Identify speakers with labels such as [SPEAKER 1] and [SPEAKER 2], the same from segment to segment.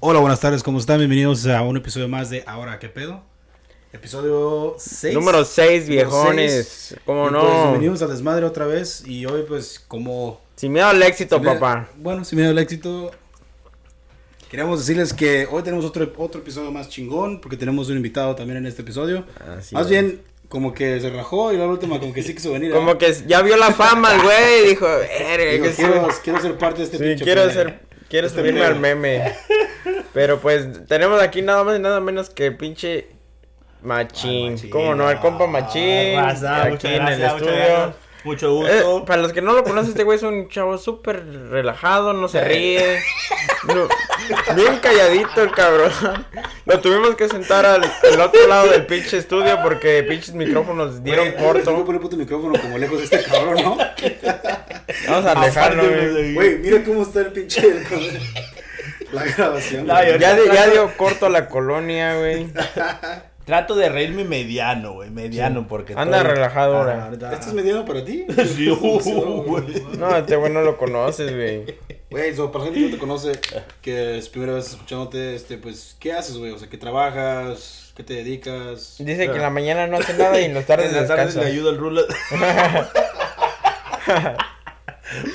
[SPEAKER 1] Hola, buenas tardes, ¿cómo están? Bienvenidos a un episodio más de Ahora, ¿qué pedo? Episodio 6.
[SPEAKER 2] Número 6, viejones. ¿Cómo no?
[SPEAKER 1] Pues venimos al desmadre otra vez y hoy pues como...
[SPEAKER 2] Sin miedo al éxito,
[SPEAKER 1] si me-
[SPEAKER 2] papá.
[SPEAKER 1] Bueno, si me da el éxito... Queríamos decirles que hoy tenemos otro, otro episodio más chingón porque tenemos un invitado también en este episodio.
[SPEAKER 2] Así
[SPEAKER 1] más
[SPEAKER 2] es.
[SPEAKER 1] bien, como que se rajó y la última como que sí quiso venir. ¿eh?
[SPEAKER 2] Como que ya vio la fama el güey y dijo, "Verga,
[SPEAKER 1] Digo,
[SPEAKER 2] que sí".
[SPEAKER 1] quiero, quiero ser parte de este
[SPEAKER 2] Sí,
[SPEAKER 1] pinche
[SPEAKER 2] quiero
[SPEAKER 1] pedo.
[SPEAKER 2] ser, quiero
[SPEAKER 1] Este
[SPEAKER 2] subirme
[SPEAKER 1] pedo.
[SPEAKER 2] al meme. Pero pues tenemos aquí nada más y nada menos que pinche Machín.
[SPEAKER 1] Al Machín. Ah,
[SPEAKER 2] ¿Cómo no? El compa Machín.
[SPEAKER 3] Raza,
[SPEAKER 2] aquí
[SPEAKER 3] muchas
[SPEAKER 2] en el
[SPEAKER 3] gracias, muchas
[SPEAKER 2] estudio.
[SPEAKER 3] gracias. Mucho
[SPEAKER 2] Eh,
[SPEAKER 3] gusto.
[SPEAKER 2] para los que no lo conocen, este güey es un chavo súper relajado, no se ríe. No, bien calladito el cabrón. Lo tuvimos que sentar al, al otro lado del pinche estudio porque pinches micrófonos dieron
[SPEAKER 1] Güey, Voy a
[SPEAKER 2] corto.
[SPEAKER 1] poner puto micrófono como lejos de este cabrón, ¿no?
[SPEAKER 2] Vamos a alejarlo,
[SPEAKER 3] Apártenos de
[SPEAKER 2] güey.
[SPEAKER 3] ahí.
[SPEAKER 1] Güey, mira cómo está el pinche. el- La grabación.
[SPEAKER 3] No,
[SPEAKER 1] güey.
[SPEAKER 3] yo-
[SPEAKER 2] Ya, di- ya dio corto a la colonia, güey.
[SPEAKER 3] Trato de reírme mediano, güey, mediano, porque.
[SPEAKER 2] Anda
[SPEAKER 3] estoy-
[SPEAKER 2] relajado
[SPEAKER 3] La
[SPEAKER 2] ahora.
[SPEAKER 3] verdad.
[SPEAKER 1] ¿Esto es mediano para ti?
[SPEAKER 3] Ah, Sí, uh, güey.
[SPEAKER 2] No, este güey no lo conoces, güey.
[SPEAKER 1] Güey, so, para gente que no te conoce, que es primera vez escuchándote, este, pues, ¿qué haces, güey? O sea, ¿qué trabajas? ¿Qué te dedicas?
[SPEAKER 2] Dice que en la mañana no hace nada y en las tardes
[SPEAKER 3] En las tardes
[SPEAKER 2] descansa.
[SPEAKER 3] le ayuda el rulo.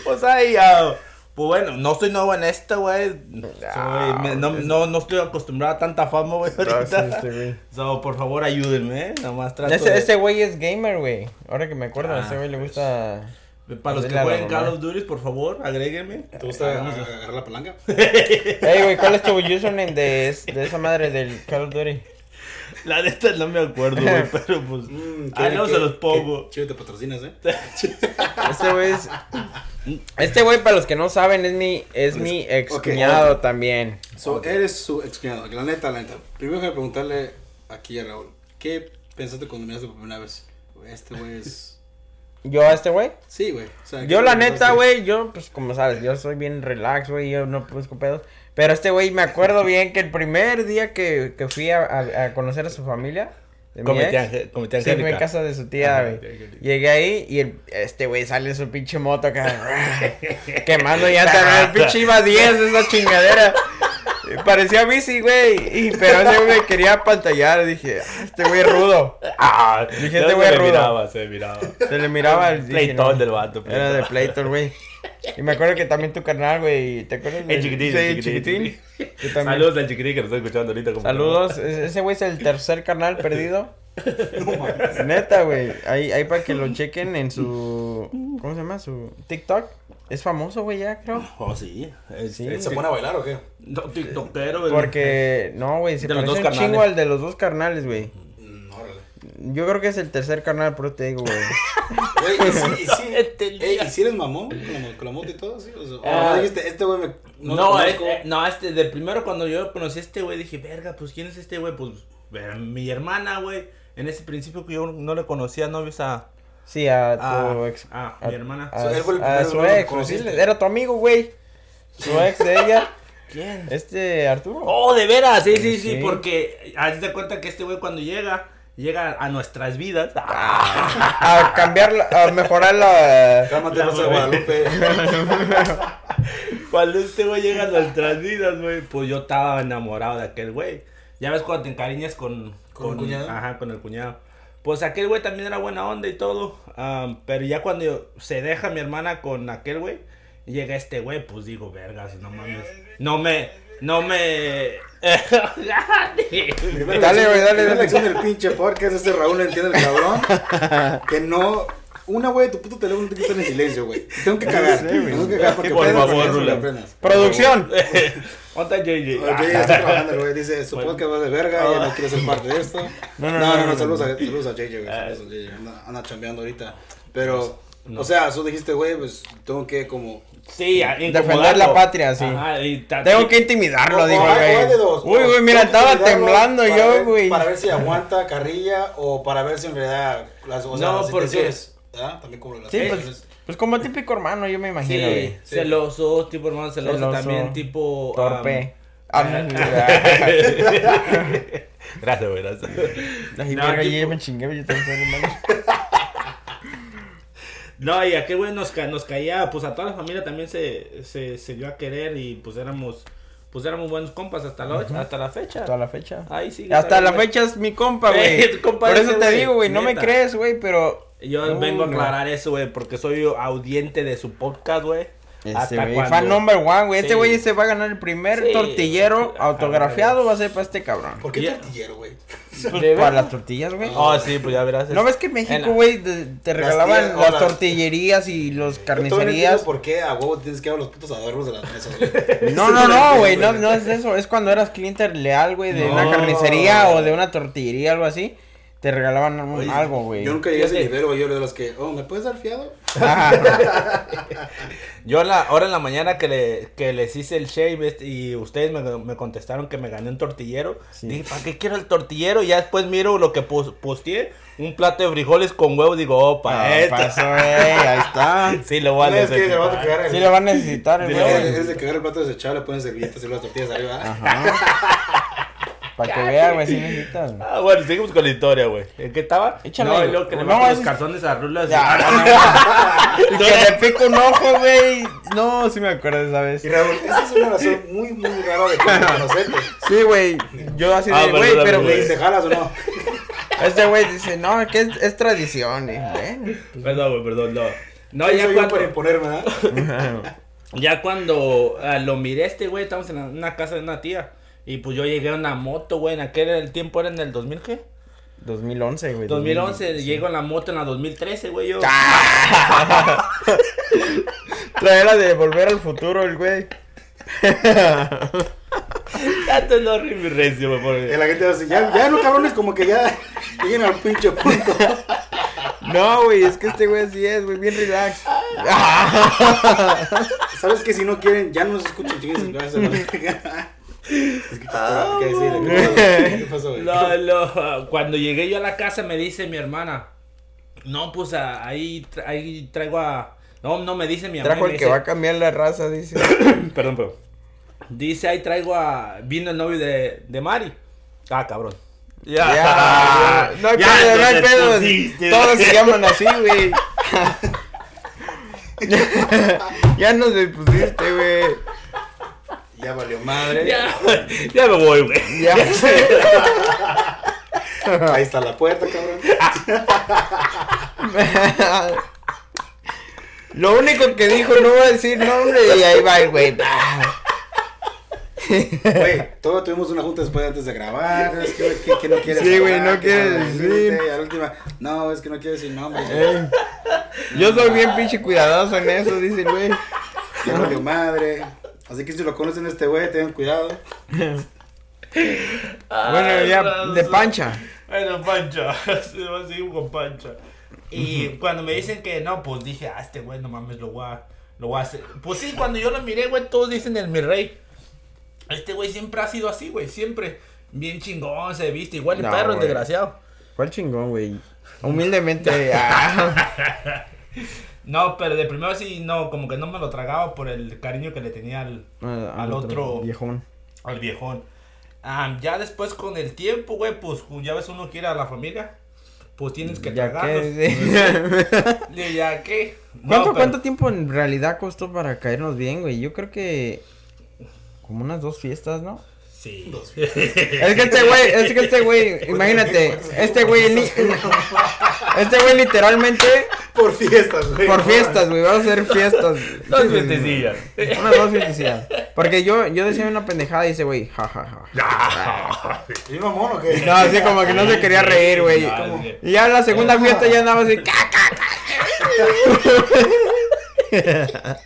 [SPEAKER 3] pues ahí ya. Pues bueno, no soy nuevo en esta, güey. Soy- me- No, no, no estoy acostumbrado a tanta fama, güey.
[SPEAKER 2] No, sí,
[SPEAKER 3] ahorita.
[SPEAKER 2] este güey.
[SPEAKER 3] So, por favor, ayúdenme, ¿eh? Nada más trato
[SPEAKER 2] Ese
[SPEAKER 3] de-
[SPEAKER 2] ese güey es gamer, güey. Ahora que me acuerdo, a ese
[SPEAKER 3] Ah,
[SPEAKER 2] güey le
[SPEAKER 3] pues.
[SPEAKER 2] gusta...
[SPEAKER 3] Para los que
[SPEAKER 2] Dile a la
[SPEAKER 3] jueguen Call
[SPEAKER 2] mamá.
[SPEAKER 3] of Duty, por favor, agréguenme.
[SPEAKER 1] ¿Te gusta agarrar la palanca?
[SPEAKER 2] Ey, güey, ¿cuál es tu username de, es- de esa madre del Call of Duty?
[SPEAKER 3] La neta no me acuerdo, güey, pero pues...
[SPEAKER 1] Mm,
[SPEAKER 3] ah, no, se los pongo.
[SPEAKER 1] Chido, te patrocinas, ¿eh?
[SPEAKER 2] Este güey es... Este güey, para los que no saben, es mi, es mi ex
[SPEAKER 1] Ok.
[SPEAKER 2] cuñado también.
[SPEAKER 1] So, eres su ex cuñado. La neta, la neta. Primero que preguntarle aquí a Raúl, ¿qué pensaste cuando miraste por primera vez? Güey, Este güey es.
[SPEAKER 2] Yo a este güey.
[SPEAKER 1] Sí, güey. O sea,
[SPEAKER 2] Yo
[SPEAKER 1] ¿qué
[SPEAKER 2] la
[SPEAKER 1] pensaste?
[SPEAKER 2] neta, güey, yo pues como sabes, yo soy bien relax, güey, yo no busco pedos. Pero este güey, me acuerdo bien que el primer día que, que fui a, a- a conocer a su familia... de mi
[SPEAKER 3] Cometí
[SPEAKER 2] ex,
[SPEAKER 3] ange- cometí
[SPEAKER 2] Sí, fui en
[SPEAKER 3] angélica.
[SPEAKER 2] casa de su tía,
[SPEAKER 3] Ajá,
[SPEAKER 2] güey.
[SPEAKER 3] de Angélica.
[SPEAKER 2] Llegué ahí y el- este güey sale en su pinche moto acá. quemando llanta, ¿no? El pinche iba a 10 de esa chingadera. Parecía bici, güey. y- Pero ese güey quería pantallar. Dije, "Ah, este güey es rudo.
[SPEAKER 3] Ah,
[SPEAKER 2] Dije,
[SPEAKER 3] ya
[SPEAKER 2] este güey
[SPEAKER 3] se
[SPEAKER 2] rudo.
[SPEAKER 3] miraba, se miraba.
[SPEAKER 2] Se le miraba el. dije,
[SPEAKER 3] Pleitón
[SPEAKER 2] "No".
[SPEAKER 3] del vato, pues.
[SPEAKER 2] Era
[SPEAKER 3] pleitón.
[SPEAKER 2] de pleito, güey. Y me acuerdo que también tu carnal, güey. ¿Te acuerdas?
[SPEAKER 3] El chiquitín,
[SPEAKER 2] Sí,
[SPEAKER 3] el
[SPEAKER 2] el
[SPEAKER 3] chiquitín,
[SPEAKER 2] chiquitín. Yo también.
[SPEAKER 3] Saludos al chiquitín que nos está escuchando ahorita. como que-
[SPEAKER 2] Saludos. E- Ese güey es el tercer canal perdido.
[SPEAKER 1] No mames.
[SPEAKER 2] Neta, güey. Ahí, ahí para que lo chequen en su. ¿Cómo se llama? Su TikTok. Es famoso, güey, ya creo.
[SPEAKER 3] Oh, sí. Es-
[SPEAKER 2] Sí.
[SPEAKER 3] es-
[SPEAKER 1] ¿Se pone a bailar o qué?
[SPEAKER 3] No, tiktokero. el-
[SPEAKER 2] Porque, no, güey, se
[SPEAKER 3] De los
[SPEAKER 2] parece un
[SPEAKER 3] dos carnales.
[SPEAKER 2] chingo al de los dos carnales, güey.
[SPEAKER 1] Mm, órale.
[SPEAKER 2] Yo creo que es el tercer carnal, pero te digo, güey.
[SPEAKER 1] Güey, y si, y si,
[SPEAKER 3] Entendía.
[SPEAKER 1] ey, ¿y si eres mamón con la, mo- con la moto y todo, sí. O sea, o
[SPEAKER 3] Ah.
[SPEAKER 1] nomás dijiste, este güey me. No,
[SPEAKER 3] No,
[SPEAKER 1] lo
[SPEAKER 3] eh,
[SPEAKER 1] conozco.
[SPEAKER 3] eh, no, este, de primero cuando yo conocí a este güey, dije, verga, pues, ¿quién es este güey? Pues, ver- mi hermana, güey. En ese principio que yo no le conocía novios a...
[SPEAKER 2] Sí, a tu
[SPEAKER 3] a,
[SPEAKER 2] ex.
[SPEAKER 3] a
[SPEAKER 2] a-
[SPEAKER 3] Ah, mi hermana.
[SPEAKER 2] a-
[SPEAKER 1] So, él fue el
[SPEAKER 2] a
[SPEAKER 1] primero
[SPEAKER 2] su
[SPEAKER 1] que lo
[SPEAKER 2] ex,
[SPEAKER 1] conociste.
[SPEAKER 2] sí, era tu amigo, güey. Su ex de ella,
[SPEAKER 3] ¿Quién?
[SPEAKER 2] este Arturo.
[SPEAKER 3] Oh, de veras, sí, sí,
[SPEAKER 2] Sí,
[SPEAKER 3] sí,
[SPEAKER 2] sí.
[SPEAKER 3] porque haz de cuenta que este güey cuando llega, llega a nuestras vidas.
[SPEAKER 2] A cambiar, la- a mejorar la.
[SPEAKER 1] Cálmate,
[SPEAKER 3] La
[SPEAKER 1] Rosa de
[SPEAKER 3] güey.
[SPEAKER 1] Guadalupe.
[SPEAKER 3] Cuando este güey llega a nuestras vidas, güey, pues yo estaba enamorado de aquel güey. Ya ves cuando te encariñas con...
[SPEAKER 1] ¿Con el cuñado?
[SPEAKER 3] Ajá, con el cuñado. Pues aquel güey también era buena onda y todo. am, pero ya cuando yo- se deja mi hermana con aquel güey, llega este güey, pues digo, vergas, no mames. No me... No me...
[SPEAKER 1] Primera
[SPEAKER 2] Dale,
[SPEAKER 1] lección-
[SPEAKER 2] güey, dale,
[SPEAKER 1] primera
[SPEAKER 2] dale.
[SPEAKER 1] lección del pinche podcast, este Raúl no entiende el cabrón. Que no. Una, güey, tu puto teléfono te quita en silencio, güey. Tengo que cagar.
[SPEAKER 2] Sí, güey.
[SPEAKER 1] tengo que cagar porque
[SPEAKER 3] Por
[SPEAKER 1] aprendas,
[SPEAKER 3] favor,
[SPEAKER 1] aprendas,
[SPEAKER 3] Rula.
[SPEAKER 1] aprendas.
[SPEAKER 2] Producción.
[SPEAKER 3] ¿Dónde está JJ?
[SPEAKER 1] Oye, ya está trabajando, güey. Dice, su podcast va de verga, ya no quiero ser parte de esto. No, no, no.
[SPEAKER 2] Oh. no, no, Ah.
[SPEAKER 1] saludos, A, saludos a JJ, güey. Saludos a JJ. Anda, anda chambeando ahorita. Pero, o sea, tú dijiste, güey, pues tengo que como.
[SPEAKER 3] Sí, a-
[SPEAKER 2] Defender la patria, sí.
[SPEAKER 3] Ajá, y ta-
[SPEAKER 2] Tengo
[SPEAKER 3] y-
[SPEAKER 2] que intimidarlo,
[SPEAKER 1] O-
[SPEAKER 2] Ah, digo,
[SPEAKER 1] o hay- o hay de
[SPEAKER 2] güey.
[SPEAKER 1] dos,
[SPEAKER 2] Uy,
[SPEAKER 1] o
[SPEAKER 2] güey, mira,
[SPEAKER 1] tengo que
[SPEAKER 2] estaba
[SPEAKER 1] cuidarlo
[SPEAKER 2] temblando
[SPEAKER 1] para
[SPEAKER 2] yo,
[SPEAKER 1] ver-
[SPEAKER 2] güey.
[SPEAKER 1] Para ver si aguanta carrilla o para ver si en realidad las o sea,
[SPEAKER 3] No,
[SPEAKER 1] las
[SPEAKER 3] porque-
[SPEAKER 1] intenciones, ¿verdad? También como las
[SPEAKER 2] Sí, pues,
[SPEAKER 1] intenciones.
[SPEAKER 2] pues como típico hermano, yo me
[SPEAKER 3] Sí,
[SPEAKER 2] imagino, güey.
[SPEAKER 1] sí.
[SPEAKER 3] celoso, tipo hermano celoso,
[SPEAKER 2] Celoso,
[SPEAKER 3] también tipo...
[SPEAKER 2] Torpe.
[SPEAKER 3] am- Ah.
[SPEAKER 2] Ah,
[SPEAKER 3] gracias, güey, gracias.
[SPEAKER 2] Ay,
[SPEAKER 3] No,
[SPEAKER 2] verga,
[SPEAKER 3] tipo-
[SPEAKER 2] ya me chingué, yo también soy hermano.
[SPEAKER 3] No, y a qué güey nos, ca- nos caía, pues a toda la familia también se, se, se dio a querer y pues éramos pues éramos buenos compas hasta la, hasta la fecha.
[SPEAKER 2] Hasta la fecha.
[SPEAKER 3] Ahí sigue
[SPEAKER 2] Hasta
[SPEAKER 3] también,
[SPEAKER 2] la
[SPEAKER 3] güey.
[SPEAKER 2] fecha es mi compa,
[SPEAKER 3] Eh,
[SPEAKER 2] güey.
[SPEAKER 3] tu compa
[SPEAKER 2] Por
[SPEAKER 3] es
[SPEAKER 2] eso
[SPEAKER 3] ese,
[SPEAKER 2] te
[SPEAKER 3] güey,
[SPEAKER 2] digo, güey, no me
[SPEAKER 3] neta.
[SPEAKER 2] crees, güey, pero...
[SPEAKER 3] Yo
[SPEAKER 2] No,
[SPEAKER 3] vengo a
[SPEAKER 2] no.
[SPEAKER 3] aclarar eso, güey, porque soy audiente de su podcast, güey.
[SPEAKER 2] Este,
[SPEAKER 3] Hasta
[SPEAKER 2] güey,
[SPEAKER 3] cuando-
[SPEAKER 2] fan number one, güey. Este
[SPEAKER 3] Sí.
[SPEAKER 2] güey se va a ganar el primer
[SPEAKER 3] Sí, Ah,
[SPEAKER 2] tortillero
[SPEAKER 3] güey.
[SPEAKER 2] autografiado, va a ser para este cabrón. Pues,
[SPEAKER 1] ¿Por qué
[SPEAKER 3] Ya.
[SPEAKER 1] tortillero, güey?
[SPEAKER 3] ¿De
[SPEAKER 2] para
[SPEAKER 3] veras?
[SPEAKER 2] las tortillas, güey.
[SPEAKER 3] Oh, sí, pues ya verás.
[SPEAKER 2] ¿No ves que en
[SPEAKER 3] En
[SPEAKER 2] México,
[SPEAKER 3] la-
[SPEAKER 2] güey, te, te
[SPEAKER 1] Las
[SPEAKER 2] regalaban
[SPEAKER 1] tías,
[SPEAKER 2] las
[SPEAKER 1] hola.
[SPEAKER 2] tortillerías y los
[SPEAKER 1] Yo todavía no entiendo
[SPEAKER 2] carnicerías?
[SPEAKER 1] ¿Por qué a huevo tienes que dar los putos adornos de las mesas, güey?
[SPEAKER 2] No, no, no, güey, no, no es eso. Es cuando eras cliente leal, güey, de una
[SPEAKER 1] No.
[SPEAKER 2] carnicería o de una tortillería, algo así. Te regalaban un-
[SPEAKER 1] Oye,
[SPEAKER 2] algo, güey.
[SPEAKER 1] Yo nunca llegué a ese
[SPEAKER 3] Fíjate.
[SPEAKER 1] nivel, güey. Yo era de los que, oh, ¿me puedes dar fiado?
[SPEAKER 2] Ajá.
[SPEAKER 3] Yo en la, ahora en la mañana que, le, que les hice el shave este, y ustedes me, me contestaron que me gané un tortillero.
[SPEAKER 2] Sí.
[SPEAKER 3] Dije, ¿para qué quiero el tortillero? Y ya después miro lo que pus- posteé, un plato de frijoles con huevo. Digo, oh,
[SPEAKER 2] No,
[SPEAKER 3] para esto.
[SPEAKER 2] pasó, güey, ahí está.
[SPEAKER 3] Sí, lo voy a
[SPEAKER 1] es que le vas a
[SPEAKER 3] necesitar.
[SPEAKER 1] cagar el...
[SPEAKER 2] Sí lo va a necesitar, el
[SPEAKER 3] Sí,
[SPEAKER 2] güey.
[SPEAKER 1] Eres de cagar el plato desechado, le pones servilletas y las tortillas arriba.
[SPEAKER 2] Para que vea, güey, si necesitas. güey.
[SPEAKER 3] Ah, bueno, seguimos con la historia, güey. ¿En qué estaba?
[SPEAKER 2] Échale.
[SPEAKER 3] No, y luego que le
[SPEAKER 2] No,
[SPEAKER 3] bajo los
[SPEAKER 2] ese-
[SPEAKER 3] calzones a Rulo. así.
[SPEAKER 2] Ya, no, no, no. Y que le pico un ojo, güey. No, sí me acuerdo esa vez.
[SPEAKER 1] Y Raúl, esa es una razón muy, muy rara de que no inocente.
[SPEAKER 2] Sí, güey. Yo así
[SPEAKER 3] Ah,
[SPEAKER 2] de,
[SPEAKER 3] bueno,
[SPEAKER 2] güey,
[SPEAKER 3] dame,
[SPEAKER 2] pero
[SPEAKER 1] ¿Le
[SPEAKER 3] güey.
[SPEAKER 2] pues,
[SPEAKER 1] dijiste jalas o no?
[SPEAKER 2] este güey dice, no, que es, es tradición. Y, ¿eh? bueno.
[SPEAKER 3] Perdón, güey, perdón, no. No,
[SPEAKER 1] Ahí
[SPEAKER 3] ya
[SPEAKER 1] soy yo para
[SPEAKER 3] cuando,
[SPEAKER 1] imponerme, ¿verdad?
[SPEAKER 3] ya cuando ah, lo miré este güey, estamos en la- una casa de una tía. Y pues yo llegué a una moto, güey, en aquel el tiempo era en el 2000, ¿qué?
[SPEAKER 2] 2011, güey.
[SPEAKER 3] 2011, llego en la moto en la 2013, güey, yo.
[SPEAKER 2] Ah. Traerá de volver al futuro, el güey.
[SPEAKER 3] Tanto no rí mi recio, güey,
[SPEAKER 1] Y
[SPEAKER 3] por-
[SPEAKER 1] la gente va a decir, ya, ya no cabrones, como que ya lleguen al pinche punto.
[SPEAKER 2] No, güey, es que este güey así es, güey, bien relax.
[SPEAKER 3] Ah,
[SPEAKER 2] Ah,
[SPEAKER 1] Sabes que si no quieren, ya no nos escuchen, chicos. Gracias, ¿no? Es que, ¿qué decirle? ¿Qué pasó? ¿Qué pasó, güey?
[SPEAKER 3] No, no, cuando llegué yo a la casa me dice mi hermana, no, pues a- ahí, tra- ahí traigo a... No, no, me dice mi hermana.
[SPEAKER 2] Trajo el que va a cambiar la raza, dice.
[SPEAKER 3] Perdón, perdón. Dice, ahí traigo a... Vino el novio de, de Mari. Ah, cabrón. Ya,
[SPEAKER 2] Ya, no hay
[SPEAKER 3] Ya,
[SPEAKER 2] pedo, no hay
[SPEAKER 3] te
[SPEAKER 2] pedo.
[SPEAKER 3] pusiste,
[SPEAKER 2] Todos
[SPEAKER 3] güey.
[SPEAKER 2] se llaman así, güey. ya nos pusiste, güey.
[SPEAKER 1] Ya valió madre.
[SPEAKER 3] Ya, ya me voy, güey.
[SPEAKER 2] Ya.
[SPEAKER 1] Ahí está la puerta, cabrón.
[SPEAKER 2] Lo único que dijo, no voy a decir nombre y ahí va el güey.
[SPEAKER 1] Güey, todos tuvimos una junta después antes de grabar. Es que, que, que no quieres
[SPEAKER 2] Sí, güey,
[SPEAKER 1] hablar,
[SPEAKER 2] no
[SPEAKER 1] que
[SPEAKER 2] quieres
[SPEAKER 1] hablas,
[SPEAKER 2] decir.
[SPEAKER 1] y a la última, no, es que no quiero decir nombres.
[SPEAKER 2] Ey. Yo soy bien pinche cuidadoso en eso, dice el güey. Eh.
[SPEAKER 1] Ya valió madre. Así que si lo conocen a este güey, tengan cuidado.
[SPEAKER 2] Bueno, ya, de pancha.
[SPEAKER 3] Bueno, Pancha, seguimos con Pancha. Y cuando me dicen que no, pues dije, ah, este güey, no mames, lo voy a, lo voy a hacer. Pues sí, cuando yo lo miré, güey, todos dicen el mi rey. Este güey siempre ha sido así, güey, siempre. Bien chingón, se viste, igual el
[SPEAKER 2] No,
[SPEAKER 3] perro, el
[SPEAKER 2] güey.
[SPEAKER 3] desgraciado.
[SPEAKER 2] ¿Cuál chingón, güey? Humildemente. ah.
[SPEAKER 3] No, pero de primero sí, no, como que no me lo tragaba por el cariño que le tenía al,
[SPEAKER 2] Ah,
[SPEAKER 3] al otro
[SPEAKER 2] Viejón.
[SPEAKER 3] al viejón. Am, ya después con el tiempo, güey, pues ya ves uno quiere a la familia, pues tienes que
[SPEAKER 2] Ya
[SPEAKER 3] tragarlos.
[SPEAKER 2] que-
[SPEAKER 3] Y ya qué. No,
[SPEAKER 2] ¿Cuánto,
[SPEAKER 3] pero-
[SPEAKER 2] ¿Cuánto tiempo en realidad costó para caernos bien, güey? Yo creo que. Como unas dos fiestas, ¿no?
[SPEAKER 3] Sí.
[SPEAKER 2] Es que este güey, es que este güey, imagínate, este güey, li- este güey literalmente
[SPEAKER 1] Por fiestas, güey.
[SPEAKER 2] por fiestas, güey, vamos a hacer fiestas.
[SPEAKER 3] Dos fiestecillas.
[SPEAKER 2] Unas dos fiestecillas. Porque yo, yo decía una pendejada y dice, güey, jajaja.
[SPEAKER 1] ¿Y un mamón o qué?
[SPEAKER 2] No, así como que no se quería reír, güey.
[SPEAKER 3] No, es que-
[SPEAKER 2] Y ya en la segunda fiesta ya andaba así. "Ca, ca,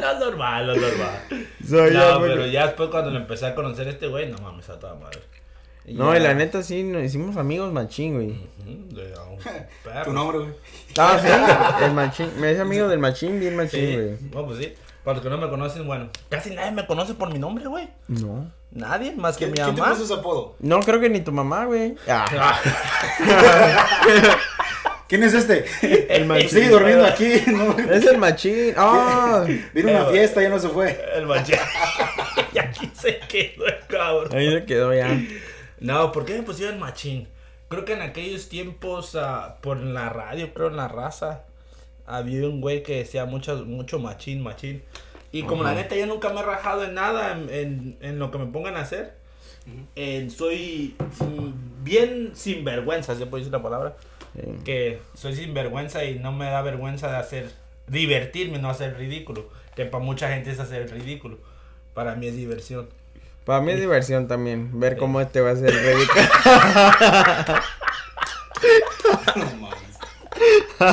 [SPEAKER 3] Lo normal, lo normal.
[SPEAKER 2] soy
[SPEAKER 3] no,
[SPEAKER 2] yo, güey".
[SPEAKER 3] pero ya después cuando lo empecé a conocer a este güey, no mames, a toda madre.
[SPEAKER 2] No,
[SPEAKER 3] ya-
[SPEAKER 2] y la neta sí, nos hicimos amigos machín, güey.
[SPEAKER 3] Ujú, de- a un perro.
[SPEAKER 1] Tu nombre, güey.
[SPEAKER 2] Ah, sí, el machín. Me hice amigo del machín, bien machín,
[SPEAKER 3] Sí,
[SPEAKER 2] güey.
[SPEAKER 3] no, pues sí. Para los que no me conocen, bueno, casi nadie me conoce por mi nombre, güey.
[SPEAKER 2] No.
[SPEAKER 3] Nadie más que
[SPEAKER 1] ¿Quién
[SPEAKER 3] mi
[SPEAKER 1] quién te
[SPEAKER 3] mamá.
[SPEAKER 1] puso ese apodo?
[SPEAKER 2] No creo que ni tu mamá, güey. Ah,
[SPEAKER 1] ¿Quién es este?
[SPEAKER 2] el machín.
[SPEAKER 1] Sigue durmiendo aquí. ¿no?
[SPEAKER 2] Es el machín. Ah.
[SPEAKER 1] Vino a una fiesta, ya no se fue.
[SPEAKER 3] El machete. y aquí se quedó el cabrón.
[SPEAKER 2] Ahí se quedó ya.
[SPEAKER 3] No, ¿por qué me pusieron machín? Creo que en aquellos tiempos, ah, por la radio, creo en la raza, había un güey que decía mucho, mucho machín, machín. Y como la neta, yo nunca me he rajado en nada, en, en- en lo que me pongan a hacer. en- soy mm, bien sinvergüenza, si puedo decir la palabra. Que soy sinvergüenza y no me da vergüenza de hacer, divertirme, no hacer ridículo. Que para mucha gente es hacer ridículo. Para mí es diversión.
[SPEAKER 2] Para mí es diversión también, ver cómo este va a ser ridículo.
[SPEAKER 1] No mames.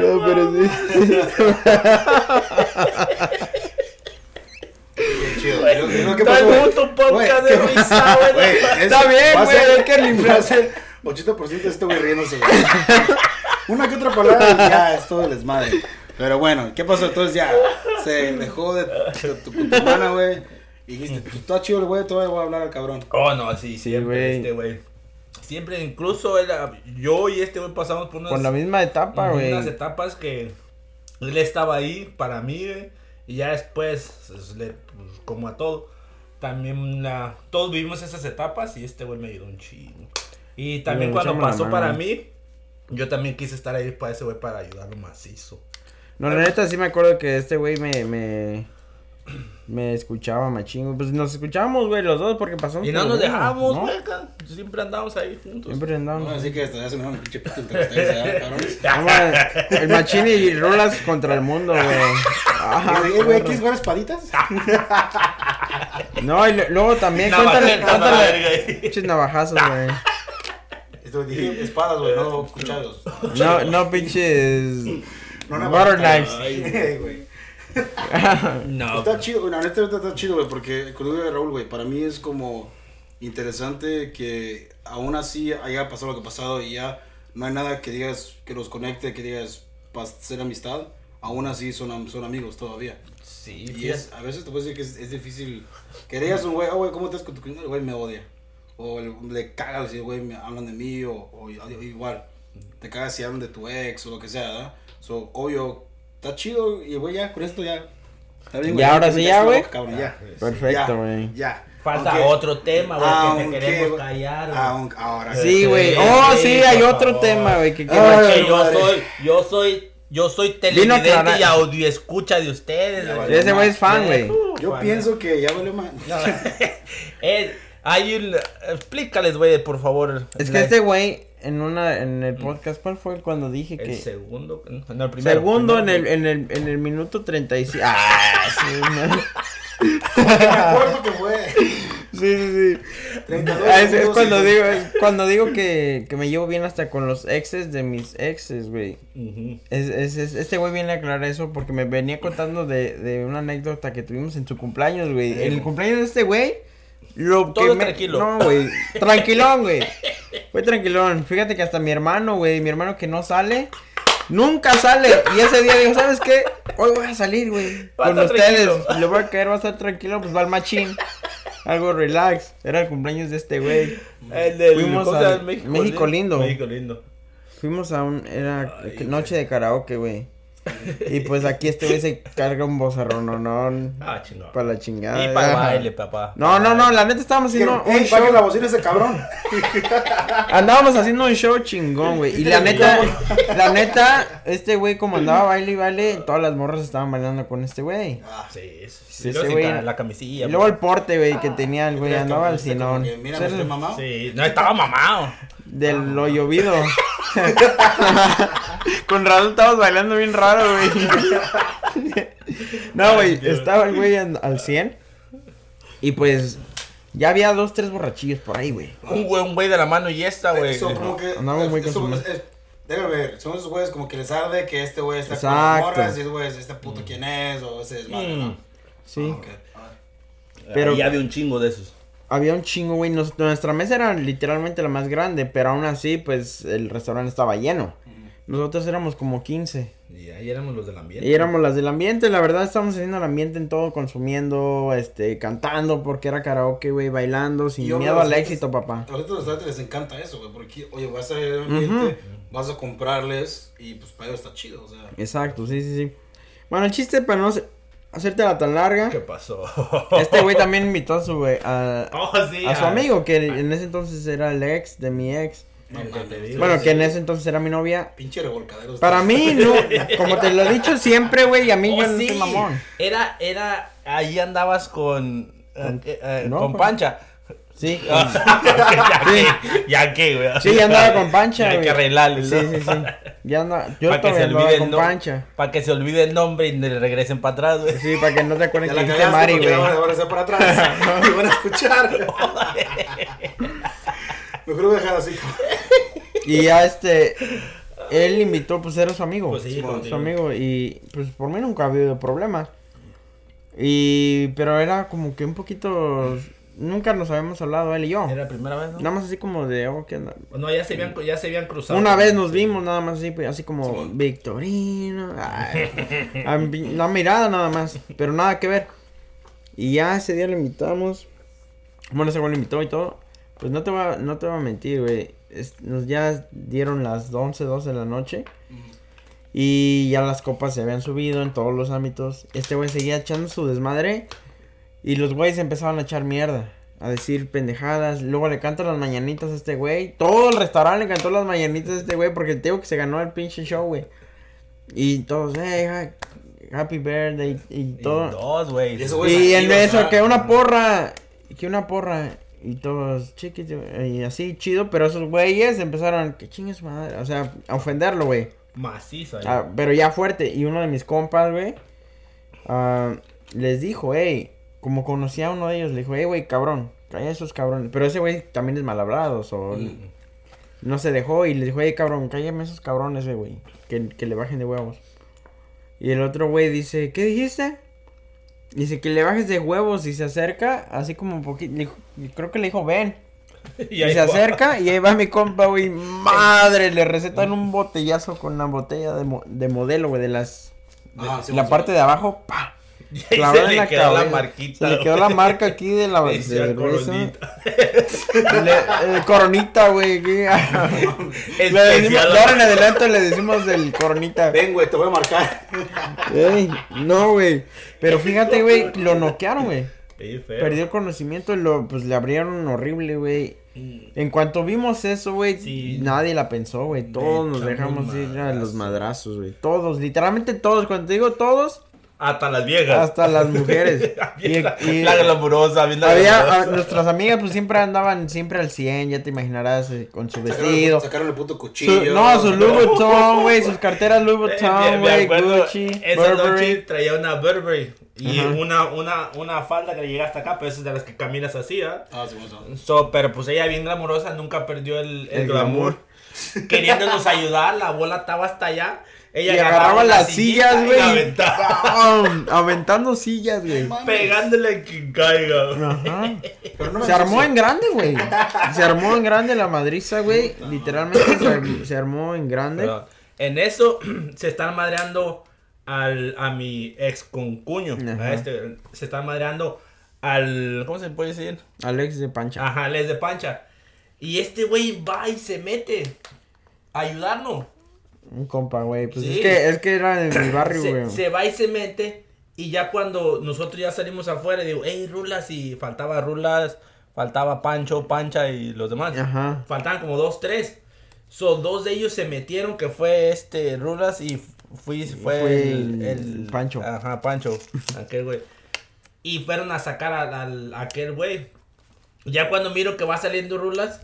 [SPEAKER 2] No, pero sí.
[SPEAKER 1] Qué chido. ¿Y lo- y lo que
[SPEAKER 3] Todo el
[SPEAKER 1] pasó, güey?
[SPEAKER 3] mundo un
[SPEAKER 1] Güey,
[SPEAKER 3] podcast de
[SPEAKER 1] ¿qué
[SPEAKER 3] risa,
[SPEAKER 1] pasó?
[SPEAKER 3] güey.
[SPEAKER 1] Güey, es-
[SPEAKER 2] Está bien,
[SPEAKER 1] va a
[SPEAKER 2] güey,
[SPEAKER 1] ser-
[SPEAKER 2] hay que limpiar.
[SPEAKER 1] va a ser 80% de este güey riéndose, güey. Una que otra palabra y ya, es todo el desmadre. Pero bueno, ¿qué pasó? Entonces ya se dejó de, de tu, con tu hermana, güey. Y dijiste, "Pues, está chido el güey, todavía voy a hablar al cabrón.
[SPEAKER 3] Oh, no, sí, siempre
[SPEAKER 2] güey.
[SPEAKER 3] este güey. Siempre, incluso él, yo y este güey pasamos por unas,
[SPEAKER 2] Por la misma etapa, güey.
[SPEAKER 3] unas etapas que él estaba ahí para mí, güey, y ya después, pues, le- pues, como a todo, también la, todos vivimos esas etapas y este güey me ayudó un chingo. Y también
[SPEAKER 2] Güey,
[SPEAKER 3] cuando
[SPEAKER 2] échame la
[SPEAKER 3] pasó
[SPEAKER 2] mano,
[SPEAKER 3] para
[SPEAKER 2] güey.
[SPEAKER 3] mí, yo también quise estar ahí para ese güey para ayudarlo macizo.
[SPEAKER 2] No, la neta sí me acuerdo que este güey me, me, me escuchaba machín. güey. Pues nos escuchábamos, güey, los dos, porque pasamos.
[SPEAKER 3] Y no
[SPEAKER 2] por lo
[SPEAKER 3] nos
[SPEAKER 2] mismo,
[SPEAKER 3] dejamos,
[SPEAKER 2] ¿no?
[SPEAKER 3] güey, acá, siempre andábamos ahí juntos.
[SPEAKER 2] Siempre
[SPEAKER 1] Bueno,
[SPEAKER 2] andábamos.
[SPEAKER 1] así que hasta ya se me un pinche pito entre ustedes, ¿verdad, cabrones.
[SPEAKER 2] Vamos a- El machín y rolas contra el mundo, güey. Ajá,
[SPEAKER 1] Y, eh, güey, ¿quieres jugar espaditas?
[SPEAKER 2] No, y lo- luego también cuéntale,
[SPEAKER 3] Navajeta, la
[SPEAKER 2] cuéntale.
[SPEAKER 3] verga, güey.
[SPEAKER 2] Pinches navajazos, güey.
[SPEAKER 1] Esto dije espadas, güey, no cucharos.
[SPEAKER 2] No, no pinches.
[SPEAKER 1] No, no, no,
[SPEAKER 2] butter knives.
[SPEAKER 1] Ay, güey.
[SPEAKER 3] No, pues.
[SPEAKER 1] Está chido, bueno, neta neta está chido, güey, porque con lo de Raúl, güey, para mí es como interesante que aún así haya pasado lo que ha pasado y ya no hay nada que digas que los conecte, que digas para hacer amistad, aún así son, am- son amigos todavía.
[SPEAKER 3] sí,
[SPEAKER 1] Y
[SPEAKER 3] fíjate.
[SPEAKER 1] es, a veces te puedo decir que es, es difícil que digas a un güey, ah, güey, ¿cómo estás con tu criminal? El güey me odia. O el- le cagas si güey me hablan de mí, o, o igual. Te cagas si hablan de tu ex o lo que sea, ¿verdad? So, obvio, está chido y güey, ya con esto ya. Está bien,
[SPEAKER 2] Y ahora sí, ya,
[SPEAKER 1] la
[SPEAKER 2] güey.
[SPEAKER 1] boca, cabrón, ya. Ya,
[SPEAKER 2] Perfecto, güey.
[SPEAKER 1] Ya.
[SPEAKER 3] Falta
[SPEAKER 1] Aunque-
[SPEAKER 3] otro tema, güey, que
[SPEAKER 1] aunque-
[SPEAKER 3] te queremos callar. güey.
[SPEAKER 1] aunque- ahora
[SPEAKER 2] Sí, güey.
[SPEAKER 3] Sí,
[SPEAKER 2] Oh,
[SPEAKER 3] sí,
[SPEAKER 2] sí, hay
[SPEAKER 3] por
[SPEAKER 2] otro
[SPEAKER 3] favor.
[SPEAKER 2] tema, güey. Que, que-
[SPEAKER 1] Ay,
[SPEAKER 3] Que yo
[SPEAKER 1] madre.
[SPEAKER 3] soy, yo soy, yo soy
[SPEAKER 2] aclarar.
[SPEAKER 3] televidente y audio escucha de ustedes.
[SPEAKER 1] Ya
[SPEAKER 3] güey.
[SPEAKER 1] valió
[SPEAKER 2] Ese güey es fan, güey.
[SPEAKER 3] Uh,
[SPEAKER 1] Yo
[SPEAKER 3] fan.
[SPEAKER 1] pienso que ya valió más.
[SPEAKER 3] No, eh, hay un, explícales, güey, por favor.
[SPEAKER 2] Es que
[SPEAKER 3] la-
[SPEAKER 2] este güey, en una, en el podcast, ¿cuál fue cuando dije
[SPEAKER 3] el
[SPEAKER 2] que.
[SPEAKER 3] segundo, no, el primero.
[SPEAKER 2] Segundo en
[SPEAKER 3] primero,
[SPEAKER 2] el, en el, en el minuto 35. Ah, sí, madre.
[SPEAKER 1] me acuerdo que fue.
[SPEAKER 2] Sí, sí, sí.
[SPEAKER 1] 32
[SPEAKER 2] Ah, es, es
[SPEAKER 1] segundos
[SPEAKER 2] cuando
[SPEAKER 1] y-
[SPEAKER 2] digo, es cuando digo que, que me llevo bien hasta con los exes de mis exes, güey.
[SPEAKER 3] Ujú.
[SPEAKER 2] Es, es- es- este güey viene a aclarar eso porque me venía contando de, de una anécdota que tuvimos en su cumpleaños, güey. En el cumpleaños de este güey, lo
[SPEAKER 3] Todo
[SPEAKER 2] que me-
[SPEAKER 3] tranquilo.
[SPEAKER 2] No, güey. Tranquilón, güey. Fue tranquilón. Fíjate que hasta mi hermano, güey, mi hermano que no sale, nunca sale. Y ese día digo, ¿sabes qué? Hoy voy a salir, güey.
[SPEAKER 3] Va a
[SPEAKER 2] Con
[SPEAKER 3] estar
[SPEAKER 2] ustedes.
[SPEAKER 3] tranquilo.
[SPEAKER 2] Y Le voy a caer, va a estar tranquilo, pues va al machín. Algo relax. Era el cumpleaños de este güey.
[SPEAKER 3] El del
[SPEAKER 2] Fuimos
[SPEAKER 3] ¿cómo se llama?
[SPEAKER 2] al México Lindo.
[SPEAKER 3] México lindo.
[SPEAKER 2] Fuimos a un, era
[SPEAKER 3] Ay,
[SPEAKER 2] que- noche de karaoke, güey. Y pues aquí este güey se carga un bozarrón, no,
[SPEAKER 3] Ah, chingón.
[SPEAKER 2] para la chingada.
[SPEAKER 3] y para el
[SPEAKER 2] Ajá.
[SPEAKER 3] baile, papá.
[SPEAKER 2] No, no, no, la neta estábamos
[SPEAKER 1] Ey,
[SPEAKER 2] haciendo un
[SPEAKER 1] ey, baja
[SPEAKER 2] show,
[SPEAKER 1] la bocina ese cabrón.
[SPEAKER 2] andábamos haciendo un show chingón, güey. Y la neta, la neta, este güey como andaba baile y baile, todas las morras estaban bailando con este güey.
[SPEAKER 1] Ah,
[SPEAKER 3] Sí, sí,
[SPEAKER 2] Sí,
[SPEAKER 3] sí.
[SPEAKER 2] ese
[SPEAKER 3] Luego sí,
[SPEAKER 2] güey-
[SPEAKER 3] ca- la camisilla.
[SPEAKER 2] Y luego
[SPEAKER 3] güey.
[SPEAKER 2] el porte, güey, que tenía el güey,
[SPEAKER 1] Mira,
[SPEAKER 2] andaba al
[SPEAKER 1] este como
[SPEAKER 2] sinón.
[SPEAKER 1] que, Mira, me estoy mamado.
[SPEAKER 3] Sí, no estaba mamado.
[SPEAKER 2] Del lo llovido. Con razón estabas bailando bien raro, güey. no, güey, estaba el güey en- al 100. Y pues ya había dos, tres borrachillos por ahí, güey.
[SPEAKER 3] Un güey, un güey de la mano y esta, güey.
[SPEAKER 1] Son como que.
[SPEAKER 2] Andamos muy
[SPEAKER 1] es- es-
[SPEAKER 2] consumidos.
[SPEAKER 1] es- Debe ver, son esos güeyes como que les arde que este güey está
[SPEAKER 2] Exacto. Mm.
[SPEAKER 1] con las morras y güeyes, este puto quién es o ese es madre,
[SPEAKER 3] Mm.
[SPEAKER 1] ¿no?
[SPEAKER 2] Sí.
[SPEAKER 1] Ah, ok. Ah,
[SPEAKER 2] Pero-
[SPEAKER 3] Pero ya había un chingo de esos.
[SPEAKER 2] Había un chingo, güey. Nos- nuestra mesa era literalmente la más grande, pero aún así, pues el restaurante estaba lleno. Nosotros éramos como 15.
[SPEAKER 3] Y ahí éramos los del ambiente.
[SPEAKER 2] Y éramos las del ambiente, la verdad estábamos haciendo el ambiente en todo, consumiendo, este, cantando, porque era karaoke, güey, bailando, sin
[SPEAKER 1] Y yo
[SPEAKER 2] miedo
[SPEAKER 1] los
[SPEAKER 2] al
[SPEAKER 1] otros-
[SPEAKER 2] éxito, papá.
[SPEAKER 1] A los restaurantes les encanta eso, güey, porque, oye, vas a ir al ambiente, vas a comprarles y pues para ellos está chido, o sea.
[SPEAKER 2] Exacto, sí, sí, sí. Bueno, el chiste para no se- hacértela tan larga.
[SPEAKER 3] ¿Qué pasó?
[SPEAKER 2] Este güey también invitó a su güey, a,
[SPEAKER 3] Oh, sí,
[SPEAKER 2] a su
[SPEAKER 3] ah.
[SPEAKER 2] amigo, que en ese entonces era el ex de mi ex.
[SPEAKER 1] No
[SPEAKER 3] El que
[SPEAKER 1] mames,
[SPEAKER 3] te
[SPEAKER 1] güey.
[SPEAKER 3] digo.
[SPEAKER 2] Bueno, que en ese entonces era mi novia.
[SPEAKER 1] Pinche revolcaderos.
[SPEAKER 2] Para mí, no. Como te lo he dicho siempre, güey, a mí
[SPEAKER 3] Oh,
[SPEAKER 2] yo no
[SPEAKER 3] sí.
[SPEAKER 2] soy mamón.
[SPEAKER 3] Era, era, ahí andabas con, eh, eh,
[SPEAKER 2] no,
[SPEAKER 3] con
[SPEAKER 2] con-
[SPEAKER 3] Pancha.
[SPEAKER 2] Sí.
[SPEAKER 3] Ah, ya que, ya que, güey.
[SPEAKER 2] Sí, ya andaba con Pancha,
[SPEAKER 3] Hay
[SPEAKER 2] güey.
[SPEAKER 3] que arreglarle, ¿no?
[SPEAKER 2] Sí, sí, sí. Ya andaba. Yo
[SPEAKER 3] Para que se
[SPEAKER 2] todavía andaba
[SPEAKER 3] olvide
[SPEAKER 2] con
[SPEAKER 3] el nombre.
[SPEAKER 2] pancha.
[SPEAKER 3] Para que se olvide el nombre y le regresen para atrás, güey.
[SPEAKER 2] Sí, para que no te
[SPEAKER 1] Ya
[SPEAKER 2] acuerdes que
[SPEAKER 1] la
[SPEAKER 2] dijiste
[SPEAKER 1] cagaste
[SPEAKER 2] Mari,
[SPEAKER 1] porque
[SPEAKER 2] güey.
[SPEAKER 1] la van a- van a hacer para atrás. y van a escuchar. Mejor voy a dejar así.
[SPEAKER 2] Y ya este. Él invitó, pues era su amigo.
[SPEAKER 3] Pues sí,
[SPEAKER 2] Su- su
[SPEAKER 3] contigo.
[SPEAKER 2] amigo. Y pues por mí nunca ha habido problema. Y. Pero era como que un poquito. Nunca nos habíamos hablado él y yo.
[SPEAKER 3] Era la primera vez,
[SPEAKER 2] Nada más así como de. Oh, ¿qué onda?
[SPEAKER 3] No, ya se habían, ya se habían cruzado.
[SPEAKER 2] Una vez nos vimos, nada más así, pues, así como Victorino. ay, a mi- la mirada nada más, pero nada que ver. Y ya ese día lo invitamos. Bueno, ese güey lo invitó y todo. Pues no te voy a, no te voy a mentir, güey. es- nos ya dieron las 11, 12 de la noche. Y ya las copas se habían subido en todos los ámbitos. Este güey seguía echando su desmadre. Y los güeyes empezaban a echar mierda. A decir pendejadas. Luego le cantan las mañanitas a este güey. Todo el restaurante le cantó las mañanitas a este güey. Porque el tío que se ganó el pinche show, güey. Y todos, hey, ha- happy birthday. Y
[SPEAKER 3] Y
[SPEAKER 2] todo.
[SPEAKER 3] Dos, güey.
[SPEAKER 1] Y eso,
[SPEAKER 2] Y,
[SPEAKER 1] güey,
[SPEAKER 2] en
[SPEAKER 1] activos,
[SPEAKER 2] eso,
[SPEAKER 1] ¿verdad?
[SPEAKER 2] que una porra. Que una porra. Y todos, chiquito. Y así, chido. Pero esos güeyes empezaron, que chingues madre. O sea, a ofenderlo, güey.
[SPEAKER 3] Macizo. ahí.
[SPEAKER 2] Ah, pero ya fuerte. Y uno de mis compas, güey, ah, les dijo, hey, como conocía a uno de ellos, le dijo, hey, güey, cabrón, calla a esos cabrones. Pero ese güey también es mal hablado, o
[SPEAKER 1] Mm.
[SPEAKER 2] no se dejó y le dijo, hey, cabrón, cállame a esos cabrones, eh, güey, que, que le bajen de huevos. Y el otro güey dice, ¿qué dijiste? Dice que le bajes de huevos y se acerca, así como un poquito, creo que le dijo, ven. Y,
[SPEAKER 3] ahí
[SPEAKER 2] se
[SPEAKER 3] va.
[SPEAKER 2] acerca y ahí va mi compa, güey. Madre, le recetan un botellazo con una botella de, mo- de modelo, güey, de las... de-
[SPEAKER 1] Ah, sí,
[SPEAKER 2] la
[SPEAKER 1] sí.
[SPEAKER 2] parte de abajo, pa.
[SPEAKER 3] Y ahí
[SPEAKER 2] clavada
[SPEAKER 3] se
[SPEAKER 2] en
[SPEAKER 3] le
[SPEAKER 2] la
[SPEAKER 3] quedó la
[SPEAKER 2] cabeza.
[SPEAKER 3] marquita.
[SPEAKER 2] Se le quedó
[SPEAKER 3] güey.
[SPEAKER 2] la marca aquí de la...
[SPEAKER 3] Le hicieron
[SPEAKER 2] de- de-
[SPEAKER 3] coronita.
[SPEAKER 2] le- el coronita, güey. aquí. Le decimos-
[SPEAKER 3] Especial.
[SPEAKER 2] de ahora en adelante le decimos del coronita.
[SPEAKER 1] Ven, güey, te voy a marcar.
[SPEAKER 2] Ey, no, güey. Pero fíjate, güey, lo noquearon, güey.
[SPEAKER 3] Sí, feo.
[SPEAKER 2] Perdió el conocimiento y lo, pues le abrieron horrible, güey.
[SPEAKER 3] Mm.
[SPEAKER 2] En cuanto vimos eso, güey,
[SPEAKER 3] Sí.
[SPEAKER 2] nadie la pensó, güey. Todos nos
[SPEAKER 3] echamos
[SPEAKER 2] dejamos ir a los
[SPEAKER 3] madrazos.
[SPEAKER 2] madrazos, güey. Todos, literalmente todos. Cuando te digo todos,
[SPEAKER 3] Hasta las viejas.
[SPEAKER 2] hasta las mujeres. y,
[SPEAKER 3] la,
[SPEAKER 2] y
[SPEAKER 3] la glamurosa, bien la
[SPEAKER 2] había,
[SPEAKER 3] glamurosa.
[SPEAKER 2] a- nuestras amigas, pues siempre andaban siempre al 100, ya te imaginarás, eh, con su
[SPEAKER 1] Sacaron
[SPEAKER 2] vestido.
[SPEAKER 1] el- Sacaron el puto cuchillo.
[SPEAKER 2] Su, no, su Louis
[SPEAKER 1] lugo.
[SPEAKER 2] Vuitton, güey, sus carteras Louis
[SPEAKER 3] Eh, me-
[SPEAKER 2] Vuitton,
[SPEAKER 3] me
[SPEAKER 2] güey,
[SPEAKER 3] acuerdo,
[SPEAKER 2] Gucci,
[SPEAKER 3] Esa noche
[SPEAKER 2] Burberry.
[SPEAKER 3] traía una Burberry y
[SPEAKER 2] Ajá.
[SPEAKER 3] una, una, una falda que le llega hasta acá, pero esa es de las que caminas así, ¿ah?
[SPEAKER 1] Ah, sí, bueno.
[SPEAKER 3] So, pero pues ella bien glamurosa, nunca perdió el, el
[SPEAKER 2] El
[SPEAKER 3] glamour. Queriéndonos ayudar, la bola estaba hasta allá. Ella
[SPEAKER 2] Y agarraba
[SPEAKER 3] una
[SPEAKER 2] las
[SPEAKER 3] sillita
[SPEAKER 2] sillas,
[SPEAKER 3] y
[SPEAKER 2] güey.
[SPEAKER 3] la aventaba,
[SPEAKER 2] ¡pam! Aventando sillas, güey.
[SPEAKER 3] Pegándole que caiga. güey.
[SPEAKER 2] Ajá.
[SPEAKER 1] Pero no me
[SPEAKER 2] Se armó en grande, güey. Se armó en grande la madriza, güey. Literalmente se, ar- se armó en grande.
[SPEAKER 3] Pero en eso se están madreando al, a mi ex concuño.
[SPEAKER 2] Ajá.
[SPEAKER 3] A este, se están madreando al. ¿Cómo se puede decir?
[SPEAKER 2] Alex de Pancha.
[SPEAKER 3] Ajá, les de pancha. Y este güey va y se mete a ayudarnos.
[SPEAKER 2] Un compa, güey. Pues
[SPEAKER 3] Sí.
[SPEAKER 2] es que es que era de mi barrio,
[SPEAKER 3] Se,
[SPEAKER 2] güey.
[SPEAKER 3] se va y se mete. Y ya cuando nosotros ya salimos afuera, digo, hey, Rulas. Y faltaba Rulas, faltaba Pancho, Pancha y los demás.
[SPEAKER 2] Ajá.
[SPEAKER 3] Faltaban como dos, tres. So, dos de ellos se metieron, que fue este Rulas y fui, fue,
[SPEAKER 2] Fue el
[SPEAKER 3] el, el-
[SPEAKER 2] Pancho.
[SPEAKER 3] Ajá, Pancho. aquel güey. Y fueron a sacar al, al- a aquel güey. Ya cuando miro que va saliendo Rulas,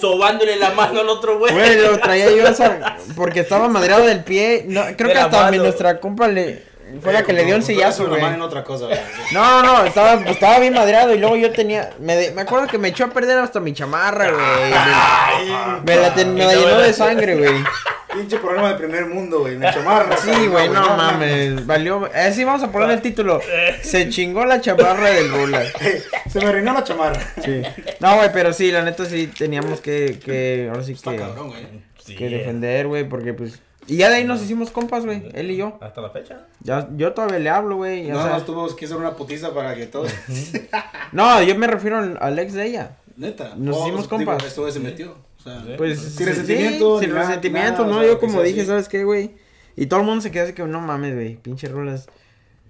[SPEAKER 3] sobándole la mano al otro güey.
[SPEAKER 2] Güey, lo traía yo esa- porque estaba madreado del pie. No, creo
[SPEAKER 3] De
[SPEAKER 2] que
[SPEAKER 3] la
[SPEAKER 2] hasta mi-
[SPEAKER 3] mano. Eh,
[SPEAKER 2] nuestra compa le fue la que le dio un sillazo, güey.
[SPEAKER 1] en otra cosa, güey.
[SPEAKER 2] No, no, no, estaba, pues, estaba bien madreado y luego yo tenía, me, de- me acuerdo que me echó a perder hasta mi chamarra,
[SPEAKER 3] Ah.
[SPEAKER 2] güey. Me la, ten- me la llenó de sangre, güey.
[SPEAKER 1] Pinche programa de primer mundo, güey. Me chamarra.
[SPEAKER 2] Sí, güey, no mames. Valió. Así vamos a poner el título. Se chingó la chamarra del Rula.
[SPEAKER 1] Se me arruinó la chamarra.
[SPEAKER 2] Sí. No, güey, pero sí, la neta sí teníamos que. que ahora sí
[SPEAKER 1] Está
[SPEAKER 2] que,
[SPEAKER 1] cabrón, güey.
[SPEAKER 3] Sí,
[SPEAKER 2] que defender, güey, porque pues. Y ya de ahí nos hicimos compas, güey, él y yo.
[SPEAKER 3] Hasta la fecha.
[SPEAKER 2] Ya, yo todavía le hablo, güey. ya
[SPEAKER 1] Nada
[SPEAKER 2] sabes.
[SPEAKER 1] más tuvimos que hacer una putiza para que todos.
[SPEAKER 2] No, yo me refiero al al ex de ella.
[SPEAKER 1] Neta. Oh,
[SPEAKER 2] Nos hicimos
[SPEAKER 1] digo,
[SPEAKER 2] compas.
[SPEAKER 1] Esto güey se metió. O sea,
[SPEAKER 2] Pues
[SPEAKER 1] Sin resentimiento,
[SPEAKER 2] sin
[SPEAKER 1] ni nada,
[SPEAKER 2] resentimiento,
[SPEAKER 1] nada,
[SPEAKER 2] ¿no?
[SPEAKER 1] o sea,
[SPEAKER 2] yo
[SPEAKER 1] que
[SPEAKER 2] como
[SPEAKER 1] sea
[SPEAKER 2] dije,
[SPEAKER 1] así.
[SPEAKER 2] ¿sabes qué, güey? Y todo el mundo se queda así que, no mames, güey, pinche rolas.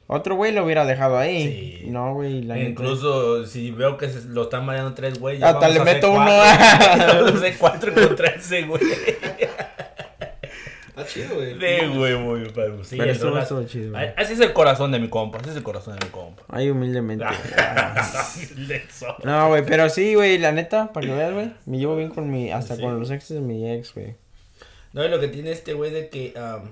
[SPEAKER 2] Otro güey lo hubiera dejado ahí.
[SPEAKER 3] Sí.
[SPEAKER 2] No, güey, la neta.
[SPEAKER 3] Incluso si veo que se- lo están mareando tres güeyes.
[SPEAKER 2] Hasta
[SPEAKER 3] vamos
[SPEAKER 2] le
[SPEAKER 3] a hacer
[SPEAKER 2] meto uno.
[SPEAKER 3] cuatro. Vamos a hacer cuatro contra ese güey.
[SPEAKER 1] Está chido, güey.
[SPEAKER 3] De güey, güey. Pero, sí,
[SPEAKER 2] Pero estuvo-
[SPEAKER 3] entonces-
[SPEAKER 2] estuvo chido, güey.
[SPEAKER 3] Ay, Así es el corazón de mi compa. Así es el corazón de mi compa.
[SPEAKER 2] Ay, humildemente.
[SPEAKER 3] Lexo.
[SPEAKER 2] No, güey, pero sí, güey, la neta, para que veas, güey. Me llevo bien con mi. Hasta con los exes de mi ex, güey.
[SPEAKER 3] No, y lo que tiene este güey de que. am,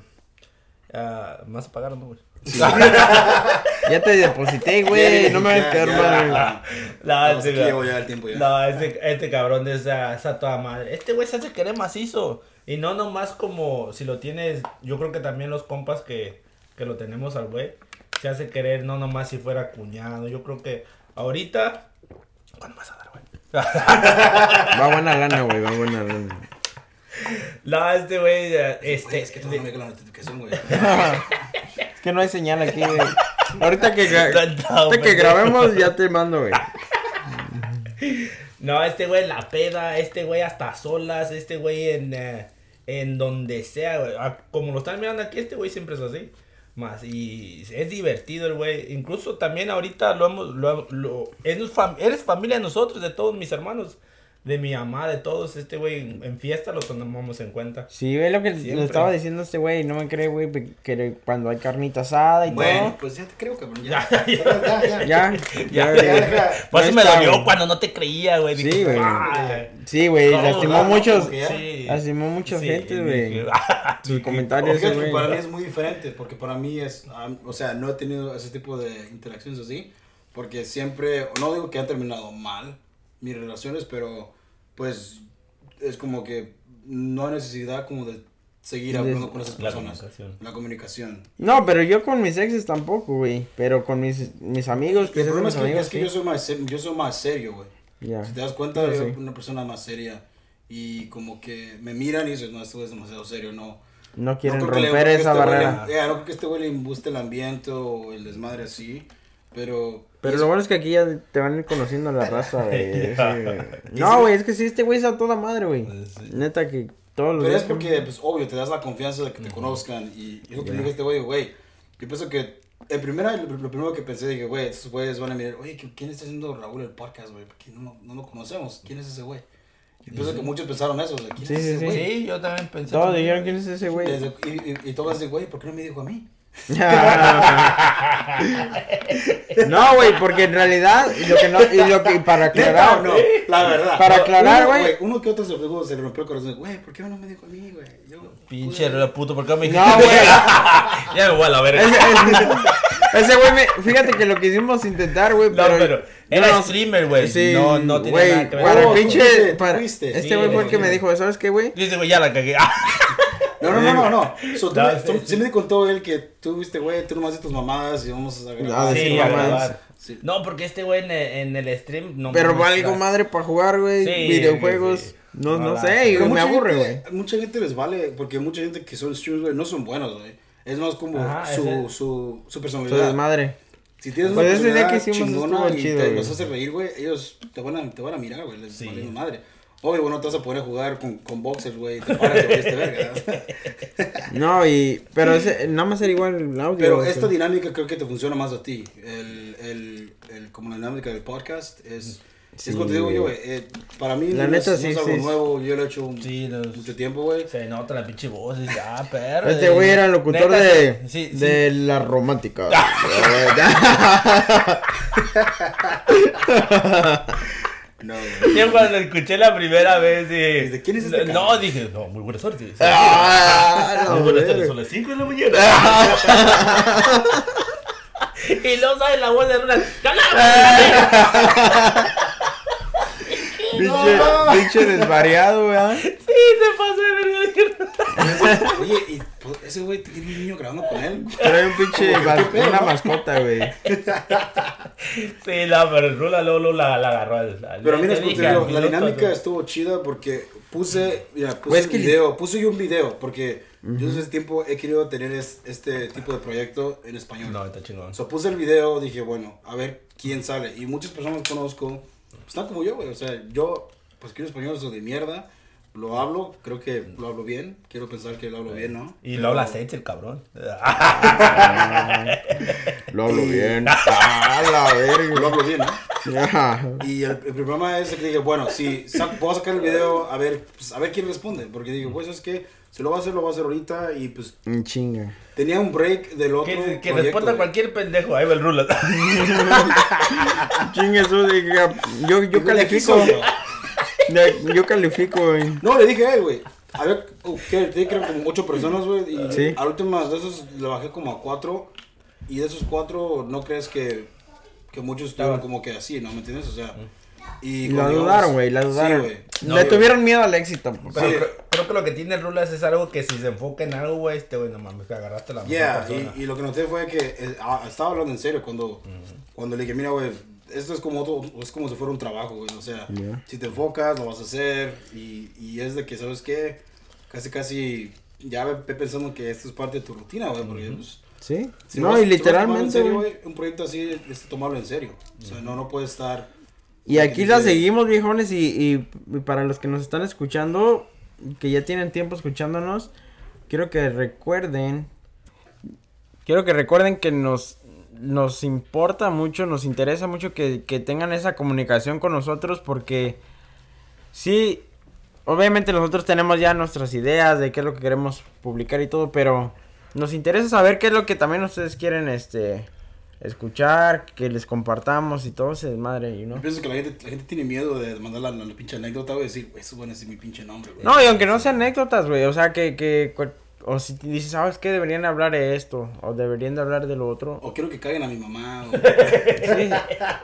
[SPEAKER 3] ah, ¿Me vas a pagar o no, güey?
[SPEAKER 2] Ya te deposité, güey. No me vas a quedar mal, güey.
[SPEAKER 3] La, este
[SPEAKER 1] No, sí,
[SPEAKER 3] la-
[SPEAKER 1] llevo ya el tiempo ya.
[SPEAKER 3] No, este, este cabrón de esa, esa toda madre. Este güey se hace querer macizo. Y no nomás como si lo tienes. Yo creo que también los compas que, que lo tenemos al güey se hace querer, no nomás si fuera cuñado. Yo creo que ahorita. ¿Cuándo vas a dar, güey?
[SPEAKER 2] Va buena lana, güey, va buena lana.
[SPEAKER 3] No, este güey. eh, Este,
[SPEAKER 1] Güey, es que todavía no me llega la notificación, güey.
[SPEAKER 2] Es que no hay señal aquí, güey. Ahorita que, gra-
[SPEAKER 3] Encantado,
[SPEAKER 2] ahorita que
[SPEAKER 3] pendejo.
[SPEAKER 2] grabemos, ya te mando, güey.
[SPEAKER 3] No, este güey en la peda, este güey hasta solas, este güey en, eh, en donde sea, güey. Ah, Como lo están mirando aquí, este güey siempre es así. Más, y es divertido el güey. Incluso también ahorita lo hemos, lo, lo- eres, fam- eres familia de nosotros, de todos mis hermanos, de mi mamá, de todos. Este güey en, en fiesta lo tomamos en cuenta.
[SPEAKER 2] Sí, ve lo que le
[SPEAKER 3] Siempre.
[SPEAKER 2] estaba diciendo este güey. No me cree, güey, pe- que cuando hay carnita asada y
[SPEAKER 1] Bueno, pues ya te creo, cabrón. Ya,
[SPEAKER 3] Ya,
[SPEAKER 1] ya,
[SPEAKER 2] todo.
[SPEAKER 1] ya.
[SPEAKER 2] Ya, ya,
[SPEAKER 3] Ya, ya,
[SPEAKER 2] güey.
[SPEAKER 3] Por
[SPEAKER 2] Ahí
[SPEAKER 3] eso me
[SPEAKER 2] está,
[SPEAKER 3] dolió
[SPEAKER 2] güey.
[SPEAKER 3] cuando no te creía, güey.
[SPEAKER 2] Sí,
[SPEAKER 3] Dije,
[SPEAKER 2] güey.
[SPEAKER 3] "Ah".
[SPEAKER 2] Sí, güey,
[SPEAKER 3] No,
[SPEAKER 2] lastimó
[SPEAKER 1] no, no,
[SPEAKER 2] muchos.
[SPEAKER 1] porque-
[SPEAKER 3] Sí.
[SPEAKER 2] Lastimó mucha
[SPEAKER 3] Sí,
[SPEAKER 2] gente, güey.
[SPEAKER 3] dije, "Ah".
[SPEAKER 2] Sus comentarios,
[SPEAKER 1] Fíjate que
[SPEAKER 2] güey.
[SPEAKER 1] para mí es muy diferente, porque para mí es, am, o sea, no he tenido ese tipo de interacciones así, porque siempre, no digo que han terminado mal mis relaciones, pero pues es como que no hay necesidad como de seguir
[SPEAKER 2] De-
[SPEAKER 1] hablando con esas
[SPEAKER 3] La
[SPEAKER 1] personas.
[SPEAKER 3] comunicación.
[SPEAKER 1] La comunicación.
[SPEAKER 2] No, pero yo con mis exes tampoco, güey. Pero con mis, mis amigos, que
[SPEAKER 1] El
[SPEAKER 2] son
[SPEAKER 1] problema
[SPEAKER 2] mis
[SPEAKER 1] es que,
[SPEAKER 2] amigos,
[SPEAKER 1] es que yo, soy más, ser- yo soy más serio, güey.
[SPEAKER 2] sí. Ya.
[SPEAKER 1] Si te das cuenta,
[SPEAKER 2] Yo
[SPEAKER 1] yo soy
[SPEAKER 2] sí.
[SPEAKER 1] una persona más seria y como que me miran y dicen, no, esto es demasiado serio, no.
[SPEAKER 2] No quieren
[SPEAKER 1] No creo que le-
[SPEAKER 2] romper
[SPEAKER 1] creo que
[SPEAKER 2] esa
[SPEAKER 1] este güey le-
[SPEAKER 2] barrera.
[SPEAKER 1] ya, no creo que este güey le embuste el ambiente o el desmadre así, pero...
[SPEAKER 2] Pero lo bueno es que aquí ya te van a ir conociendo la raza, güey.
[SPEAKER 3] Ya.
[SPEAKER 2] Sí, güey. No, güey, es que sí, este güey es a toda madre, güey.
[SPEAKER 3] Sí.
[SPEAKER 2] Neta que todos los
[SPEAKER 1] Pues, Pero es
[SPEAKER 2] días-
[SPEAKER 1] porque, pues, obvio, te das la confianza de que te conozcan y y yo que le dije a este güey, güey, yo pienso que... En primera, lo, lo primero que pensé, dije, güey, estos güeyes van a mirar, oye, ¿qui- ¿quién está haciendo Raúl el podcast, güey? Porque no, no lo conocemos, ¿quién es ese güey? Yo pienso que muchos pensaron eso, o sea, ¿quién
[SPEAKER 2] Sí,
[SPEAKER 1] es
[SPEAKER 2] sí,
[SPEAKER 1] ese
[SPEAKER 2] sí.
[SPEAKER 1] güey?
[SPEAKER 3] Sí, yo también pensé.
[SPEAKER 2] Todos
[SPEAKER 3] también.
[SPEAKER 2] dijeron quién es ese güey.
[SPEAKER 1] Desde- y, y, y todos dicen, güey, ¿por qué no me dijo a mí?
[SPEAKER 2] no, güey, porque en realidad, y lo que no, y lo que, y para
[SPEAKER 1] Neta
[SPEAKER 2] aclarar,
[SPEAKER 1] o no, la verdad.
[SPEAKER 2] Para aclarar,
[SPEAKER 1] Uno,
[SPEAKER 2] güey.
[SPEAKER 1] Uno que otro se, luego se le rompió el corazón. Güey, ¿por qué no me dijo a mí, güey? Yo,
[SPEAKER 3] Pinche la puto, ¿por qué me
[SPEAKER 2] No, güey.
[SPEAKER 3] ya me voy a la verga.
[SPEAKER 2] Ese- ese- Ese güey, me- fíjate que lo quisimos intentar, güey,
[SPEAKER 3] No,
[SPEAKER 2] pero.
[SPEAKER 3] pero era
[SPEAKER 2] no,
[SPEAKER 3] streamer, güey.
[SPEAKER 2] sí,
[SPEAKER 3] no, no tenía
[SPEAKER 2] güey,
[SPEAKER 3] nada que ver.
[SPEAKER 2] Para
[SPEAKER 1] Oh,
[SPEAKER 2] el pinche.
[SPEAKER 1] fuiste,
[SPEAKER 2] para-
[SPEAKER 1] fuiste.
[SPEAKER 2] Este
[SPEAKER 3] Sí,
[SPEAKER 2] güey fue el que
[SPEAKER 3] güey.
[SPEAKER 2] me dijo, ¿sabes qué, güey?
[SPEAKER 3] Dice, güey, ya la cagué. Ah,
[SPEAKER 1] No, no, no, no, no. So, tú
[SPEAKER 3] No,
[SPEAKER 1] me-
[SPEAKER 3] sí,
[SPEAKER 1] tú-
[SPEAKER 3] sí.
[SPEAKER 1] sí me contó él que tú viste, güey, tú nomás de tus mamadas y vamos a
[SPEAKER 2] Ah,
[SPEAKER 1] grabar.
[SPEAKER 2] sí,
[SPEAKER 3] sí,
[SPEAKER 2] mamá,
[SPEAKER 3] a grabar.
[SPEAKER 1] sí.
[SPEAKER 3] No, porque este güey en, el- en el stream no
[SPEAKER 2] Pero
[SPEAKER 3] mames,
[SPEAKER 2] algo
[SPEAKER 3] la-
[SPEAKER 2] madre para jugar, güey.
[SPEAKER 3] Sí,
[SPEAKER 2] videojuegos.
[SPEAKER 3] sí.
[SPEAKER 2] No,
[SPEAKER 3] No,
[SPEAKER 2] no,
[SPEAKER 3] la-
[SPEAKER 2] sé,
[SPEAKER 1] Pero
[SPEAKER 2] güey, me
[SPEAKER 1] mucha
[SPEAKER 2] aburre,
[SPEAKER 1] gente-
[SPEAKER 2] güey.
[SPEAKER 1] Mucha gente les vale, porque mucha gente que son streamers, güey, no son buenos, güey. Es más como
[SPEAKER 3] Ajá,
[SPEAKER 1] su,
[SPEAKER 3] ese-
[SPEAKER 1] su, su
[SPEAKER 2] Entonces,
[SPEAKER 1] personalidad.
[SPEAKER 2] madre.
[SPEAKER 1] si tienes
[SPEAKER 2] Pues
[SPEAKER 1] una
[SPEAKER 2] ese día
[SPEAKER 1] personalidad
[SPEAKER 2] que hicimos
[SPEAKER 1] chingona
[SPEAKER 2] estuvo
[SPEAKER 1] y
[SPEAKER 2] chido,
[SPEAKER 1] te
[SPEAKER 2] güey.
[SPEAKER 1] los hace reír, güey, ellos te van a, te van a mirar, güey, les
[SPEAKER 3] Sí.
[SPEAKER 1] vale madre. Obvio, no te vas a poder jugar con, con boxers, güey, y te paras y te este verga.
[SPEAKER 2] No, y. Pero ese, nada más era igual el audio.
[SPEAKER 1] Pero
[SPEAKER 2] güey.
[SPEAKER 1] esta dinámica creo que te funciona más a ti. El, el, el, como la dinámica del podcast es.
[SPEAKER 2] Sí,
[SPEAKER 1] es como te digo yo,
[SPEAKER 2] güey.
[SPEAKER 1] güey. eh, para mí
[SPEAKER 2] La
[SPEAKER 1] no
[SPEAKER 2] neta,
[SPEAKER 1] es, no
[SPEAKER 2] sí,
[SPEAKER 1] es
[SPEAKER 2] sí,
[SPEAKER 1] algo
[SPEAKER 2] sí.
[SPEAKER 1] nuevo. Yo lo he hecho un-
[SPEAKER 3] Sí, los-
[SPEAKER 1] mucho tiempo, güey.
[SPEAKER 3] Se nota la pinche voz. y dice, ah, perro.
[SPEAKER 2] Este güey era locutor
[SPEAKER 3] Neta,
[SPEAKER 2] de,
[SPEAKER 3] Sí, sí.
[SPEAKER 2] de la romántica. Ah,
[SPEAKER 1] No, güey.
[SPEAKER 3] Yo cuando lo escuché la primera vez. Y...
[SPEAKER 1] Dice, ¿quién es este
[SPEAKER 3] No,
[SPEAKER 1] cabrón?
[SPEAKER 3] dije, no, muy buenas tardes.
[SPEAKER 2] Ah, no,
[SPEAKER 3] muy buenas tardes,
[SPEAKER 2] güey.
[SPEAKER 3] son las 5 de la mañana. y luego sale la voz de Ronald. ¡Ya la-
[SPEAKER 2] Pinche, pinche desvariado, ¿ah? ¿verdad?
[SPEAKER 3] Sí, se pasó de verga. dije,
[SPEAKER 1] Oye, y, pues, ese güey tiene un niño grabando con él.
[SPEAKER 2] Trae un pinche mas- una mascota, güey.
[SPEAKER 3] Sí, la, pero Rula Lolo la, la agarró al. al-
[SPEAKER 1] Pero mira,
[SPEAKER 3] te
[SPEAKER 1] escucha,
[SPEAKER 3] dije, al
[SPEAKER 1] yo, la
[SPEAKER 3] minuto,
[SPEAKER 1] dinámica
[SPEAKER 3] ¿no?
[SPEAKER 1] estuvo chida porque puse, mira, puse
[SPEAKER 2] Güey, es
[SPEAKER 1] un
[SPEAKER 2] que li-
[SPEAKER 1] video, puse yo un video porque yo desde ese tiempo he querido tener es- este tipo de proyecto en español.
[SPEAKER 3] No, está chingón.
[SPEAKER 1] So, puse el video, dije, bueno, a ver quién sale. Y muchas personas que conozco pues, están como yo, güey. O sea, yo, pues quiero español, soy de mierda. Lo hablo, creo que lo hablo bien. Quiero pensar que lo hablo bien, ¿no?
[SPEAKER 3] Y luego la aceite el cabrón.
[SPEAKER 2] Lo hablo bien. A
[SPEAKER 1] Lo
[SPEAKER 2] la verga.
[SPEAKER 1] hablo bien, ¿no?
[SPEAKER 2] Ajá.
[SPEAKER 1] Y el, el problema es que dije, bueno, si sa- puedo sacar el video, a ver, pues, a ver quién responde. Porque dije, pues es que si lo va a hacer, lo va a hacer ahorita. Y pues
[SPEAKER 2] En chinga.
[SPEAKER 1] tenía un break del otro.
[SPEAKER 3] Que, que
[SPEAKER 1] proyecto,
[SPEAKER 3] responda
[SPEAKER 1] güey.
[SPEAKER 3] cualquier pendejo. Ahí va el rulo.
[SPEAKER 2] Chinga eso de que- yo, yo
[SPEAKER 1] Digo, "¿De aquí
[SPEAKER 2] califico.
[SPEAKER 1] soy yo?".
[SPEAKER 2] de- yo califico, güey.
[SPEAKER 1] No, le dije a él, güey. A ver, uh, ¿qué? Te creo como ocho personas, güey. Y
[SPEAKER 2] Sí.
[SPEAKER 1] a últimas de esos le bajé como a cuatro. Y de esos cuatro, ¿no crees que, que muchos estaban como que así, no? ¿Me entiendes? O sea. Y
[SPEAKER 2] La
[SPEAKER 1] cuando
[SPEAKER 2] dudaron,
[SPEAKER 1] íbamos-
[SPEAKER 2] güey, la
[SPEAKER 1] Sí,
[SPEAKER 2] dudaron.
[SPEAKER 1] güey.
[SPEAKER 3] No,
[SPEAKER 2] Le
[SPEAKER 3] güey.
[SPEAKER 2] tuvieron miedo al éxito. pues.
[SPEAKER 3] Pero
[SPEAKER 1] Sí.
[SPEAKER 3] creo, creo que lo que tiene el Rulas es algo que si se enfoca en algo, güey, este güey, no mames, que agarraste la mejor
[SPEAKER 1] Yeah,
[SPEAKER 3] persona.
[SPEAKER 1] y, y lo que noté fue que eh, ah, estaba hablando en serio cuando, cuando le dije, mira, güey, esto es como, otro, es como si fuera un trabajo, güey. O sea,
[SPEAKER 2] Yeah.
[SPEAKER 1] si te enfocas, lo vas a hacer. Y, y es de que, ¿sabes qué? Casi, casi, ya ve ve pensando que esto es parte de tu rutina, güey. Porque, pues,
[SPEAKER 2] Sí.
[SPEAKER 1] si lo
[SPEAKER 2] no,
[SPEAKER 1] vas- si lo vas a tomar
[SPEAKER 2] y
[SPEAKER 1] en
[SPEAKER 2] literalmente.
[SPEAKER 1] serio,
[SPEAKER 2] güey.
[SPEAKER 1] güey, un proyecto así es tomarlo en serio. O sea, no, no puedes estar...
[SPEAKER 2] Y aquí la
[SPEAKER 1] Dije,
[SPEAKER 2] seguimos, viejones. Y, y- y para los que nos están escuchando, que ya tienen tiempo escuchándonos, quiero que recuerden. Quiero que recuerden que nos, nos importa mucho, nos interesa mucho que, que tengan esa comunicación con nosotros porque sí, obviamente nosotros tenemos ya nuestras ideas de qué es lo que queremos publicar y todo, pero nos interesa saber qué es lo que también ustedes quieren este escuchar, que les compartamos y todo ese desmadre, you know.
[SPEAKER 1] Yo pienso que la gente, la gente tiene miedo de mandar la, la- la pinche anécdota, güey, y decir, güey, eso bueno, ese es mi pinche nombre, güey.
[SPEAKER 2] No, y aunque no sean anécdotas, güey, o sea, que, que, cu- o si dices, ¿sabes qué? Deberían hablar de esto, o deberían de hablar de lo otro.
[SPEAKER 1] O quiero que caguen a mi mamá, o...
[SPEAKER 2] Sí.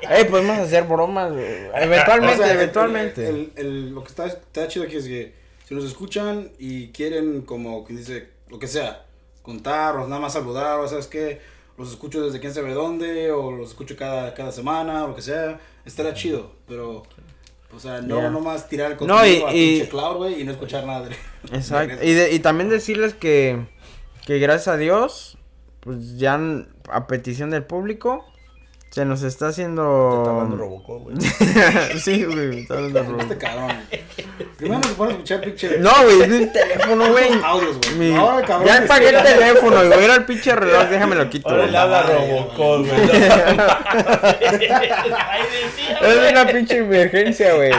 [SPEAKER 2] Ey, podemos hacer bromas, güey. Eventualmente,
[SPEAKER 1] O sea, el-
[SPEAKER 2] eventualmente.
[SPEAKER 1] el- el- lo que está, está chido aquí es que si nos escuchan y quieren, como quien dice, lo que sea, contar o nada más saludar, o sabes que los escucho desde quién sabe dónde, o los escucho cada, cada semana, o lo que sea, estará chido, pero. O sea, no
[SPEAKER 2] Yeah.
[SPEAKER 1] nomás tirar el
[SPEAKER 2] No,
[SPEAKER 1] contenido
[SPEAKER 2] y-
[SPEAKER 1] a
[SPEAKER 2] y-
[SPEAKER 1] pinche cloud, güey, y no escuchar nada. de-
[SPEAKER 2] Exacto. Y, de- y también decirles que, que gracias a Dios, pues ya n- a petición del público, se nos está
[SPEAKER 3] Te está hablando
[SPEAKER 2] haciendo...
[SPEAKER 3] Robocop, güey.
[SPEAKER 2] sí, güey, me está hablando robo.
[SPEAKER 1] Este cabrón. Primero se pone a escuchar pinche
[SPEAKER 2] No, güey, es mi teléfono, güey.
[SPEAKER 1] audios, güey.
[SPEAKER 2] Mi-
[SPEAKER 1] Ah, Ahora el cabrón. este
[SPEAKER 2] Ya
[SPEAKER 1] se-
[SPEAKER 2] apagué el teléfono, güey. Era el pinche reloj, déjame lo quito.
[SPEAKER 3] Ahora
[SPEAKER 2] güey.
[SPEAKER 3] le habla
[SPEAKER 1] madre,
[SPEAKER 3] Robocop, güey.
[SPEAKER 4] Ay, decía,
[SPEAKER 2] Es una pinche emergencia, güey.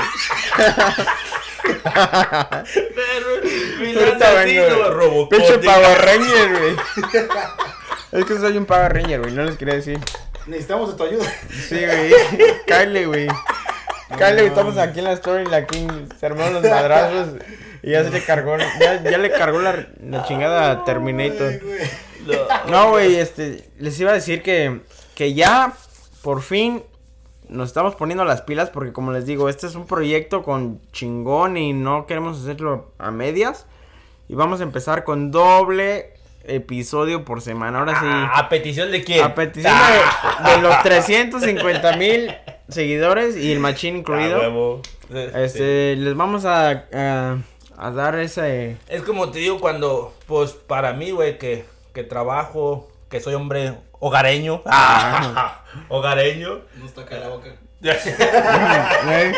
[SPEAKER 4] perro.
[SPEAKER 2] Ahorita vengo, güey.
[SPEAKER 3] Asesino, Robocop.
[SPEAKER 2] Pinche
[SPEAKER 3] diga.
[SPEAKER 2] Power Ranger, güey. Es que soy un Power Ranger, güey. No les quería decir.
[SPEAKER 1] Necesitamos de tu ayuda.
[SPEAKER 2] Sí, güey. Kyle, güey. Kyle, estamos aquí en la story. La King se armaron los madrazos. Y ya se le cargó. Ya, ya le cargó la, la chingada a Terminator. No, güey, este. Les iba a decir que, que ya por fin nos estamos poniendo las pilas. Porque, como les digo, este es un proyecto con chingón y no queremos hacerlo a medias. Y vamos a empezar con doble episodio por semana. Ahora sí.
[SPEAKER 3] Ah, ¿A petición de quién? Ah,
[SPEAKER 2] A petición de, de los 350 mil seguidores y el machín
[SPEAKER 3] Ah,
[SPEAKER 2] incluido.
[SPEAKER 3] huevo. Sí.
[SPEAKER 2] Este, les vamos a, a, a dar ese... ¿eh?
[SPEAKER 3] Es como te digo cuando, pues, para mí, güey, que, que trabajo, que soy hombre hogareño.
[SPEAKER 2] Ah.
[SPEAKER 3] hogareño.
[SPEAKER 1] No está acá la boca.
[SPEAKER 2] güey,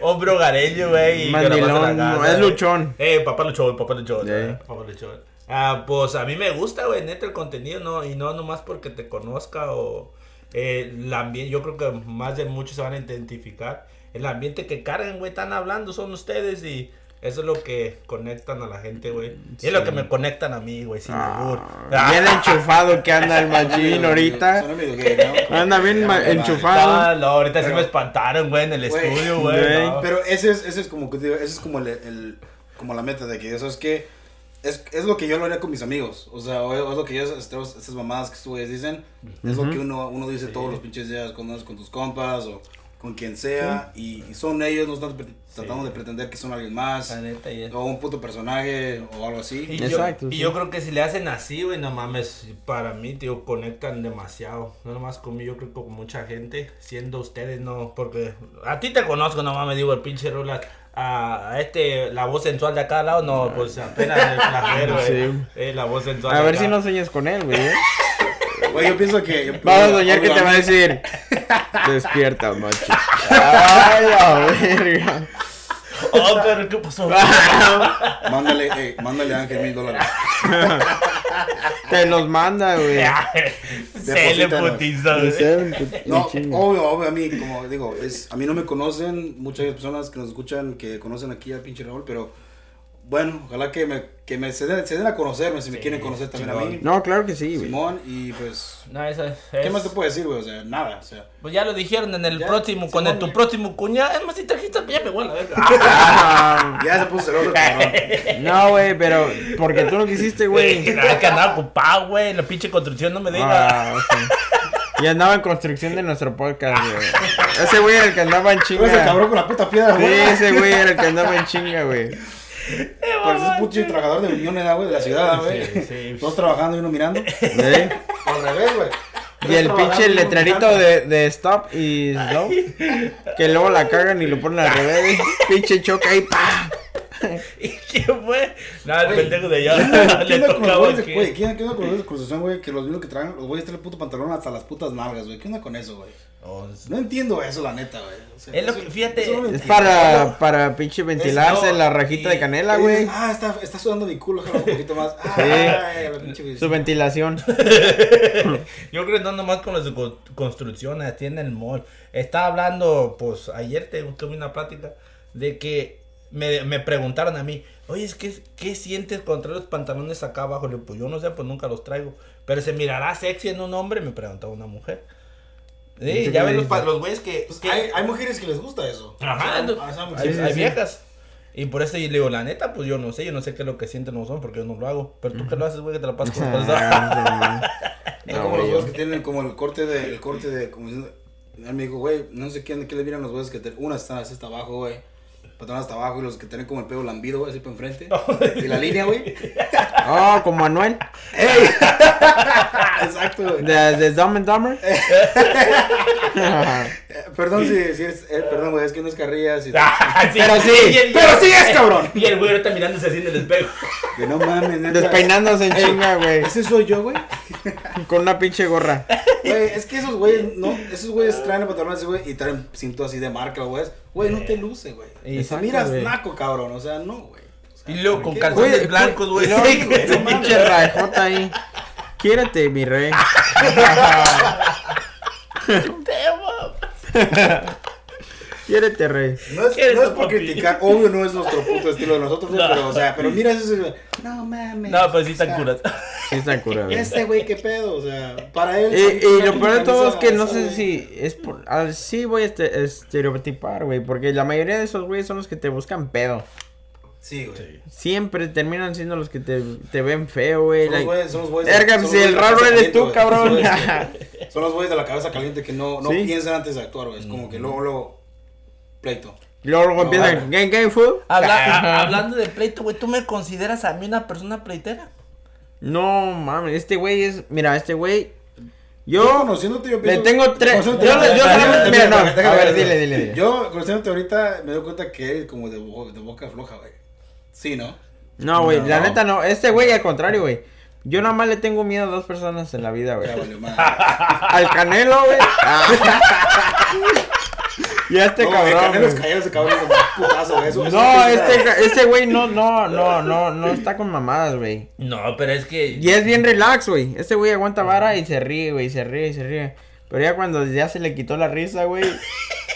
[SPEAKER 3] Hombre hogareño, Oh, güey. y que la pasa en
[SPEAKER 2] Mandilón,
[SPEAKER 3] la
[SPEAKER 2] no,
[SPEAKER 3] casa,
[SPEAKER 2] es
[SPEAKER 3] güey.
[SPEAKER 2] luchón.
[SPEAKER 3] Eh, papá luchón, papá luchón.
[SPEAKER 2] Sí.
[SPEAKER 3] eh, Papá luchón. Ah, pues a mí me gusta, güey, neta el contenido, ¿no? Y no nomás porque te conozca o eh, el ambiente. Yo creo que más de muchos se van a identificar. El ambiente que cargan, güey, están hablando, son ustedes y. Eso es lo que conectan a la gente, güey. Y es lo que me conectan a mí, güey, sin albur.
[SPEAKER 2] Ah, bien enchufado que anda el machín ahorita.
[SPEAKER 1] Suena medio gay, ¿no?
[SPEAKER 2] Anda bien
[SPEAKER 1] Ya,
[SPEAKER 2] ma-
[SPEAKER 1] vale.
[SPEAKER 2] enchufado.
[SPEAKER 3] Ah, no, ahorita sí
[SPEAKER 1] Pero-
[SPEAKER 3] me espantaron, güey, en el
[SPEAKER 1] Güey,
[SPEAKER 3] estudio, güey.
[SPEAKER 2] güey,
[SPEAKER 3] no.
[SPEAKER 1] Pero ese es, ese es como que te digo, ese es como el, el- como la meta de que eso es que es, es lo que yo lo haría con mis amigos. O sea, o es lo que yo estas, estas mamadas que ustedes dicen, es lo que uno, uno dice todos los pinches días cuando andas con tus compas o con quien sea y, y son ellos, no están pre- tratando de pretender que son alguien más
[SPEAKER 3] La neta, ya.
[SPEAKER 1] o un puto personaje o algo
[SPEAKER 3] Y,
[SPEAKER 1] así.
[SPEAKER 3] yo-
[SPEAKER 2] Exacto,
[SPEAKER 3] y
[SPEAKER 2] sí.
[SPEAKER 3] yo, creo que si le hacen así, güey, no mames, para mí, tío, conectan demasiado. No nomás conmigo, yo creo que con mucha gente, siendo ustedes, no, porque a ti te conozco, no mames, digo, el pinche Rulas. A, a este, la voz sensual de acá al lado, no, pues apenas el flagelo, güey.
[SPEAKER 2] Ah. Sí.
[SPEAKER 3] Eh, la voz sensual.
[SPEAKER 2] A
[SPEAKER 3] de
[SPEAKER 2] ver
[SPEAKER 3] acá.
[SPEAKER 2] si no sueñas con él, güey. ¿eh?
[SPEAKER 1] Güey, yo pienso que yo-
[SPEAKER 2] Vamos a soñar que te va a decir. Despierta, macho. Ay, la verga.
[SPEAKER 3] Oh, pero ¿qué pasó?
[SPEAKER 1] Mándale, eh, mándale a Ángel mil dólares.
[SPEAKER 2] Te los manda, güey.
[SPEAKER 3] Se le eh.
[SPEAKER 1] Deposítanos.
[SPEAKER 3] putiza, güey.
[SPEAKER 1] No, obvio, obvio, a mí, como digo, es, a mí no me conocen, muchas personas que nos escuchan, que conocen aquí al pinche Raúl, pero bueno, ojalá que me, que me se, den, se den a conocerme, si me quieren conocer también a mí,
[SPEAKER 2] No, claro que sí, güey.
[SPEAKER 1] Simón, y pues,
[SPEAKER 4] No, eso es.
[SPEAKER 1] ¿qué más te puedo decir, güey? O sea, nada, o sea,
[SPEAKER 4] Pues ya lo dijeron en el
[SPEAKER 1] Ya,
[SPEAKER 4] próximo, con
[SPEAKER 1] Simón,
[SPEAKER 4] el, tu
[SPEAKER 1] güey.
[SPEAKER 4] próximo cuñado. Es más, si trajiste, ya me voy a la verga.
[SPEAKER 2] Ah,
[SPEAKER 1] ya se puso celoso, cabrón.
[SPEAKER 2] no, güey, pero porque tú no quisiste, güey.
[SPEAKER 3] Hay que andar ocupado, güey. La pinche construcción no me diga.
[SPEAKER 2] Ah, ok. Y andaba en construcción de nuestro podcast, güey. Ese güey era el que andaba en
[SPEAKER 1] Tú eres el
[SPEAKER 2] chinga.
[SPEAKER 1] cabrón con la puta piedra,
[SPEAKER 2] Sí,
[SPEAKER 1] güey.
[SPEAKER 2] ese güey era el que andaba en chinga, güey.
[SPEAKER 1] Pareces un pinche trabajador de millones, ah, güey, de la ciudad, ah, güey.
[SPEAKER 3] Sí, sí.
[SPEAKER 1] Todos trabajando y uno mirando.
[SPEAKER 2] ¿Eh?
[SPEAKER 1] Al revés, güey.
[SPEAKER 2] Y el pinche letrerito de, de stop y slow. Que luego la cagan y lo ponen al revés. Pinche choca ahí, pa.
[SPEAKER 3] ¿Y quién fue? No, el
[SPEAKER 1] Güey.
[SPEAKER 3] pendejo de allá.
[SPEAKER 1] ¿Qué
[SPEAKER 3] Le
[SPEAKER 1] onda con los
[SPEAKER 3] tocaba
[SPEAKER 1] güeyes
[SPEAKER 3] el
[SPEAKER 1] de- güey?
[SPEAKER 3] que.
[SPEAKER 1] ¿Qué qué onda con los güeyes de construcción, güey? Que los mismos que traen, los güeyes traen el puto pantalón hasta las putas nalgas, güey. ¿Qué onda con eso, güey?
[SPEAKER 3] Oh, es-
[SPEAKER 1] No entiendo eso, la neta, güey. O sea,
[SPEAKER 4] Es lo
[SPEAKER 1] eso-
[SPEAKER 4] que- fíjate,
[SPEAKER 1] eso no lo
[SPEAKER 2] Es
[SPEAKER 1] entiendo.
[SPEAKER 2] para, para pinche ventilarse
[SPEAKER 4] no,
[SPEAKER 2] la rajita
[SPEAKER 4] y-
[SPEAKER 2] de canela,
[SPEAKER 1] Y dices,
[SPEAKER 2] güey.
[SPEAKER 1] Ah, está, está sudando mi culo, jala un poquito más. Ah,
[SPEAKER 2] Sí.
[SPEAKER 1] Ay, la pinche vecina.
[SPEAKER 2] Su ventilación.
[SPEAKER 3] Yo creo que no nomás con las de co- construcciones, tiene el mall. Estaba hablando, pues ayer te- tuve una plática de que me, me preguntaron a mí, oye, es que, ¿qué sientes cuando traes los pantalones acá abajo? Le digo, pues yo no sé, pues nunca los traigo. Pero se mirará sexy en un hombre, me preguntó una mujer.
[SPEAKER 2] ¿Y
[SPEAKER 3] Sí,
[SPEAKER 2] tú
[SPEAKER 3] ya
[SPEAKER 2] qué
[SPEAKER 3] ven los,
[SPEAKER 2] dices?
[SPEAKER 3] pa- los güeyes que...
[SPEAKER 1] Pues
[SPEAKER 3] que-
[SPEAKER 1] hay, hay mujeres que les gusta eso. Ah,
[SPEAKER 3] Ajá,
[SPEAKER 1] O sea,
[SPEAKER 3] no-
[SPEAKER 1] a esa mujer-
[SPEAKER 3] hay,
[SPEAKER 2] Ah, sí,
[SPEAKER 3] hay
[SPEAKER 2] sí.
[SPEAKER 3] viejas. Y por eso yo le digo, la neta, pues yo no sé, yo no sé qué es lo que sienten los hombres porque yo no lo hago. Pero tú que lo haces, güey, que te la pasas
[SPEAKER 2] Ah.
[SPEAKER 3] con los
[SPEAKER 1] No,
[SPEAKER 2] No,
[SPEAKER 1] como
[SPEAKER 2] güey,
[SPEAKER 1] los
[SPEAKER 2] yo-
[SPEAKER 1] güeyes que tienen como el corte de, el corte de, como diciendo, él me dijo, güey, no sé quién, qué le miran los güeyes que tienen, unas están así hasta abajo, güey, patronas hasta abajo y los que tienen como el pelo lambido, güey, así para enfrente, y la línea, güey,
[SPEAKER 2] Oh, como Manuel.
[SPEAKER 1] exacto, güey.
[SPEAKER 2] De, de Dumb and Dumber.
[SPEAKER 1] Eh, Perdón si, si eres, eh, perdón, güey, es que no es carrilla, si...
[SPEAKER 3] Ah.
[SPEAKER 2] Pero sí,
[SPEAKER 1] pero sí es, cabrón.
[SPEAKER 3] Y el güey ahorita mirándose así en el espejo.
[SPEAKER 1] Que no mames, neta.
[SPEAKER 2] Despeinándose en chinga, güey.
[SPEAKER 1] ¿Ese soy yo, güey?
[SPEAKER 2] Con una pinche gorra.
[SPEAKER 1] Güey, es que esos güeyes, no, esos güeyes traen el pantalón así, güey, y traen cinto así de marca, güey, güey, no te luce, güey,
[SPEAKER 2] Y
[SPEAKER 1] te
[SPEAKER 2] saca,
[SPEAKER 1] miras
[SPEAKER 2] güey.
[SPEAKER 1] naco, cabrón, o sea, no, güey. O sea,
[SPEAKER 3] Y luego
[SPEAKER 1] ¿por
[SPEAKER 3] con
[SPEAKER 1] qué,
[SPEAKER 3] calzones
[SPEAKER 1] güey?
[SPEAKER 2] Güey,
[SPEAKER 3] blancos, güey.
[SPEAKER 2] y luego-
[SPEAKER 3] Sí, güey,
[SPEAKER 2] esa pinche rajota ahí. Quiérete, mi rey. Quiérete, rey.
[SPEAKER 1] No es,
[SPEAKER 3] ¿Qué
[SPEAKER 1] no
[SPEAKER 3] es
[SPEAKER 1] es
[SPEAKER 3] tu
[SPEAKER 1] por
[SPEAKER 3] papi?
[SPEAKER 1] criticar, obvio no es nuestro puto estilo de nosotros, güey,
[SPEAKER 3] No.
[SPEAKER 1] pero o sea, pero mira eso, eso, no mames.
[SPEAKER 3] No, pues sí están
[SPEAKER 1] O sea,
[SPEAKER 3] curas.
[SPEAKER 2] Sí está curado. güey.
[SPEAKER 1] Este güey qué pedo, o sea, para él.
[SPEAKER 2] Y, y lo peor de
[SPEAKER 1] para
[SPEAKER 2] todo es que no sé si es por... ah, sí voy a este- estereotipar, güey, porque la mayoría de esos güeyes son los que te buscan pedo.
[SPEAKER 1] Sí, güey.
[SPEAKER 2] Siempre terminan siendo los que te, te ven feo, güey.
[SPEAKER 1] Son los
[SPEAKER 2] like,
[SPEAKER 1] güeyes- son los güeyes de-
[SPEAKER 2] Verga,
[SPEAKER 1] son los
[SPEAKER 2] si el
[SPEAKER 1] güeyes de la
[SPEAKER 2] raro
[SPEAKER 1] cabeza
[SPEAKER 2] eres tú, cabrón.
[SPEAKER 1] caliente, güey. Son los güeyes de la cabeza caliente que no, no
[SPEAKER 2] Sí. Mm.
[SPEAKER 1] piensan antes de actuar, güey. Es como que luego, luego, pleito.
[SPEAKER 2] Luego
[SPEAKER 1] vale.
[SPEAKER 2] empiezan, game, game, fool.
[SPEAKER 4] Habla- a- hablando de pleito, güey, ¿tú me consideras a mí una persona pleitera?
[SPEAKER 2] No, mames, este güey es... Mira, este güey...
[SPEAKER 1] Yo,
[SPEAKER 2] Yo...
[SPEAKER 1] conociéndote, yo
[SPEAKER 2] Le
[SPEAKER 1] pienso.
[SPEAKER 2] tengo tres... Yo,
[SPEAKER 1] conociéndote-
[SPEAKER 2] le- yo
[SPEAKER 1] Déjame-
[SPEAKER 2] solamente... Mira,
[SPEAKER 1] déjame-
[SPEAKER 2] no,
[SPEAKER 1] déjame-
[SPEAKER 2] a ver,
[SPEAKER 1] déjame-
[SPEAKER 2] dile, dile, dile.
[SPEAKER 1] Yo, conociéndote ahorita, me doy cuenta que eres como de, bo- de boca floja, güey. Sí, ¿no?
[SPEAKER 2] No, güey, la
[SPEAKER 3] No.
[SPEAKER 2] neta no. Este güey, al contrario, güey. Yo nada más le tengo miedo a dos personas en la vida, güey.
[SPEAKER 1] Ya valió madre.
[SPEAKER 2] Al Canelo, güey. y a este
[SPEAKER 1] No, güey,
[SPEAKER 2] cabrón.
[SPEAKER 1] Canelo es
[SPEAKER 2] güey.
[SPEAKER 1] callado, ese cabrón es un putazo, güey. Eso- eso
[SPEAKER 2] No,
[SPEAKER 1] es
[SPEAKER 2] este,
[SPEAKER 1] una-
[SPEAKER 2] ca- este güey no, no, no, no, no está con mamadas, güey.
[SPEAKER 3] No, pero es que.
[SPEAKER 2] Y es bien relax, güey. Este güey aguanta vara y se ríe, güey, se ríe y se ríe. Pero ya cuando ya se le quitó la risa, güey.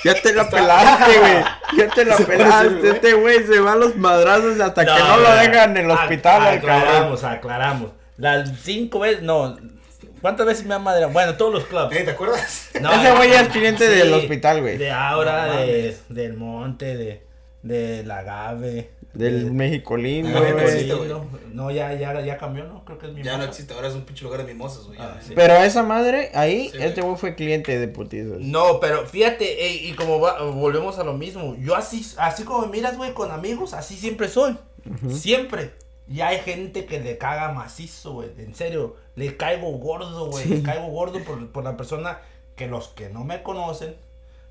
[SPEAKER 2] Ya te la pelaste, güey. Ya te la
[SPEAKER 1] Se puede decir,
[SPEAKER 2] pelaste.
[SPEAKER 1] güey.
[SPEAKER 2] Este güey se va a los madrazos hasta que no lo dejan en el
[SPEAKER 3] ac-
[SPEAKER 2] hospital, al cabrón.
[SPEAKER 3] Aclaramos, aclaramos. Las cinco veces, no. ¿Cuántas veces me han madreado? Bueno, todos los clubs.
[SPEAKER 1] Ey, ¿Te acuerdas?
[SPEAKER 3] No,
[SPEAKER 2] Ese
[SPEAKER 3] no,
[SPEAKER 2] güey ya es
[SPEAKER 3] no,
[SPEAKER 2] cliente del hospital, güey.
[SPEAKER 3] De ahora,
[SPEAKER 1] No
[SPEAKER 3] de, del monte, de, del agave.
[SPEAKER 2] Del México lindo,
[SPEAKER 1] No,
[SPEAKER 3] de-
[SPEAKER 1] no
[SPEAKER 2] güey.
[SPEAKER 1] existe, güey.
[SPEAKER 3] no, no, ya, ya, ya cambió, ¿no? Creo que es mi
[SPEAKER 1] Ya no
[SPEAKER 3] mamá.
[SPEAKER 1] existe, ahora es un pinche lugar de mimosas, güey.
[SPEAKER 3] Ah, sí.
[SPEAKER 2] Pero esa madre, ahí,
[SPEAKER 1] Sí,
[SPEAKER 2] este güey fue cliente de putizas.
[SPEAKER 3] No, pero fíjate, ey, y como va- volvemos a lo mismo, yo así, así como me miras, güey, con amigos, así siempre soy. Siempre. Y hay gente que le caga macizo, güey, en serio, le caigo gordo, güey, le caigo gordo por, por la persona que los que no me conocen,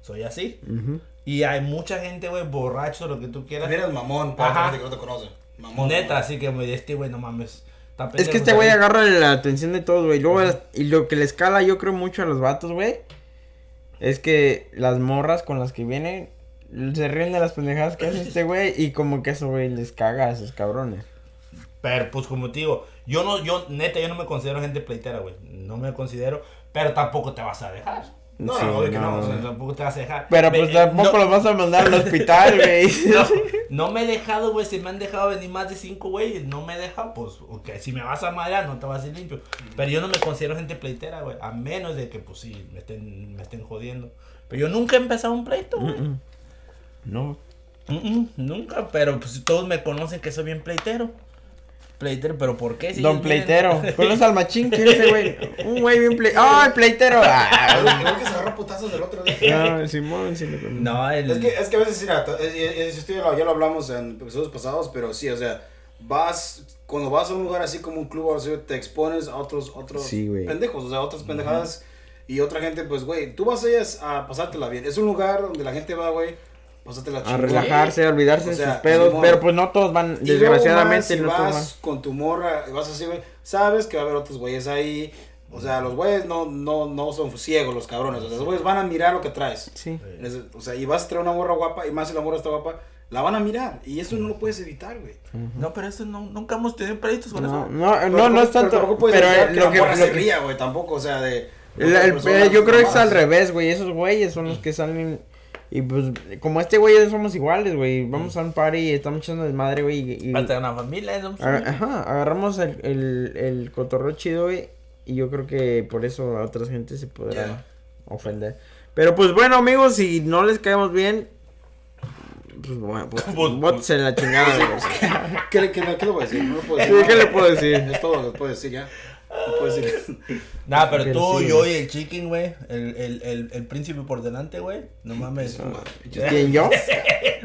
[SPEAKER 3] soy así.
[SPEAKER 2] Ujú.
[SPEAKER 3] Y hay mucha gente, güey, borracho, lo que tú quieras.
[SPEAKER 1] También eres mamón, para la
[SPEAKER 3] Ajá.
[SPEAKER 1] gente que no te conoce. Mamón.
[SPEAKER 3] Neta,
[SPEAKER 1] mamón.
[SPEAKER 3] así que, güey, este güey, no mames. está
[SPEAKER 2] Es que
[SPEAKER 3] pendejo,
[SPEAKER 2] este güey
[SPEAKER 3] ¿sabes?
[SPEAKER 2] agarra la atención de todos, güey. Luego, las- y lo que le escala, yo creo mucho a los vatos, güey, es que las morras con las que vienen Se ríen de las pendejadas que hace este güey y como que eso, güey, les caga a esos cabrones.
[SPEAKER 3] Pero pues como te digo, yo no, yo neta, yo no me considero gente pleitera, güey. No me considero, pero tampoco te vas a dejar. No,
[SPEAKER 2] Sí,
[SPEAKER 3] no, obvio que no,
[SPEAKER 2] no,
[SPEAKER 3] o sea,
[SPEAKER 2] güey.
[SPEAKER 3] tampoco te vas a dejar.
[SPEAKER 2] Pero
[SPEAKER 3] Ve,
[SPEAKER 2] pues
[SPEAKER 3] eh,
[SPEAKER 2] tampoco
[SPEAKER 3] no,
[SPEAKER 2] los vas a mandar al hospital, güey.
[SPEAKER 3] no, no me he dejado, güey, si me han dejado venir más de cinco güeyes, no me he dejado, pues, ok, si me vas a madrear, no te vas a ir limpio. Pero yo no me considero gente pleitera, güey, a menos de que, pues sí, me estén, me estén jodiendo. Pero yo nunca he empezado un pleito, güey.
[SPEAKER 2] No.
[SPEAKER 3] Mm, mm, nunca, pero pues todos me conocen que soy bien pleitero. Pleitero, pero ¿por qué? Si
[SPEAKER 2] Don
[SPEAKER 3] ellos vienen-
[SPEAKER 2] Pleitero. ¿Conoces al machín? ¿Quién es ese güey? Un güey bien pleitero. ¡Ah, el pleitero! Ah,
[SPEAKER 1] Creo que se agarró putazos del otro día.
[SPEAKER 2] no, Simón, sí lo conozco.
[SPEAKER 3] No, el...
[SPEAKER 1] Es que, eh, es que a veces, mira, to- es- es- es- eh, esto ya lo, ya lo hablamos en episodios pasados, pero sí, o sea, vas, cuando vas a un lugar así como un club, o sea, te expones a otros, otros
[SPEAKER 2] Sí, güey.
[SPEAKER 1] pendejos, o sea, otras pendejadas y otra gente, pues, güey, tú vas a ellas a pasártela bien. Es un lugar donde la gente va, güey, pasártela
[SPEAKER 2] A
[SPEAKER 1] chingón.
[SPEAKER 2] relajarse, a olvidarse
[SPEAKER 1] O
[SPEAKER 2] de
[SPEAKER 1] sea,
[SPEAKER 2] sus pedos.
[SPEAKER 1] Simón.
[SPEAKER 2] Pero pues no todos van,
[SPEAKER 1] Y luego más,
[SPEAKER 2] desgraciadamente
[SPEAKER 1] si
[SPEAKER 2] no todos van.
[SPEAKER 1] vas con tu morra, y vas así, güey, sabes que va a haber otros güeyes ahí. O sea, los güeyes no, no, no son ciegos, los cabrones. O sea, los güeyes van a mirar lo que traes.
[SPEAKER 2] Sí.
[SPEAKER 1] Es- O sea, y vas a traer una morra guapa, y más si la morra está guapa, la van a mirar. Y eso no lo puedes evitar, güey.
[SPEAKER 4] No, pero eso no, nunca hemos tenido pleitos con
[SPEAKER 2] No,
[SPEAKER 4] eso.
[SPEAKER 2] no,
[SPEAKER 1] Pero
[SPEAKER 2] Ah, no,
[SPEAKER 1] tampoco-
[SPEAKER 2] no es
[SPEAKER 1] Pero
[SPEAKER 2] tanto.
[SPEAKER 1] tampoco
[SPEAKER 2] Pero,
[SPEAKER 1] puedes evitar
[SPEAKER 2] eh,
[SPEAKER 1] que
[SPEAKER 2] lo
[SPEAKER 1] la
[SPEAKER 2] que.
[SPEAKER 1] morra
[SPEAKER 2] lo
[SPEAKER 1] se
[SPEAKER 2] que-
[SPEAKER 1] ría, güey, tampoco, o sea, de...
[SPEAKER 2] el-
[SPEAKER 1] otras
[SPEAKER 2] el-
[SPEAKER 1] personas,
[SPEAKER 2] yo creo que es
[SPEAKER 1] mamadas.
[SPEAKER 2] al revés, güey. Esos güeyes
[SPEAKER 1] Mm.
[SPEAKER 2] son los que salen. Y pues, como este güey, somos iguales, güey.
[SPEAKER 1] Mm.
[SPEAKER 2] Vamos a un party y estamos echando desmadre, güey. y- y-
[SPEAKER 4] Hasta en la familia, eso,
[SPEAKER 2] Aga- mm. Ah, Ajá, agarramos el, el, el cotorreo chido, güey. Y yo creo que por eso a otras gente se podrá
[SPEAKER 1] Ya.
[SPEAKER 2] ofender. Pero pues bueno, amigos, si no les caemos bien, pues bueno, pues,
[SPEAKER 3] Vot-
[SPEAKER 2] votos en la chingada.
[SPEAKER 1] pues,
[SPEAKER 2] güey.
[SPEAKER 1] ¿Qué, le- qué, le- qué le voy a decir? No le puedo
[SPEAKER 2] Sí,
[SPEAKER 1] decir.
[SPEAKER 2] ¿qué
[SPEAKER 1] nada.
[SPEAKER 2] le puedo decir?
[SPEAKER 1] Es todo lo que puedo decir ya. No puedo decir.
[SPEAKER 3] Nah, pero
[SPEAKER 2] Pero
[SPEAKER 3] tú,
[SPEAKER 2] sí,
[SPEAKER 3] yo y el chicken, güey. El, el, el, el príncipe por delante, güey. No mames.
[SPEAKER 2] ¿Quién yo?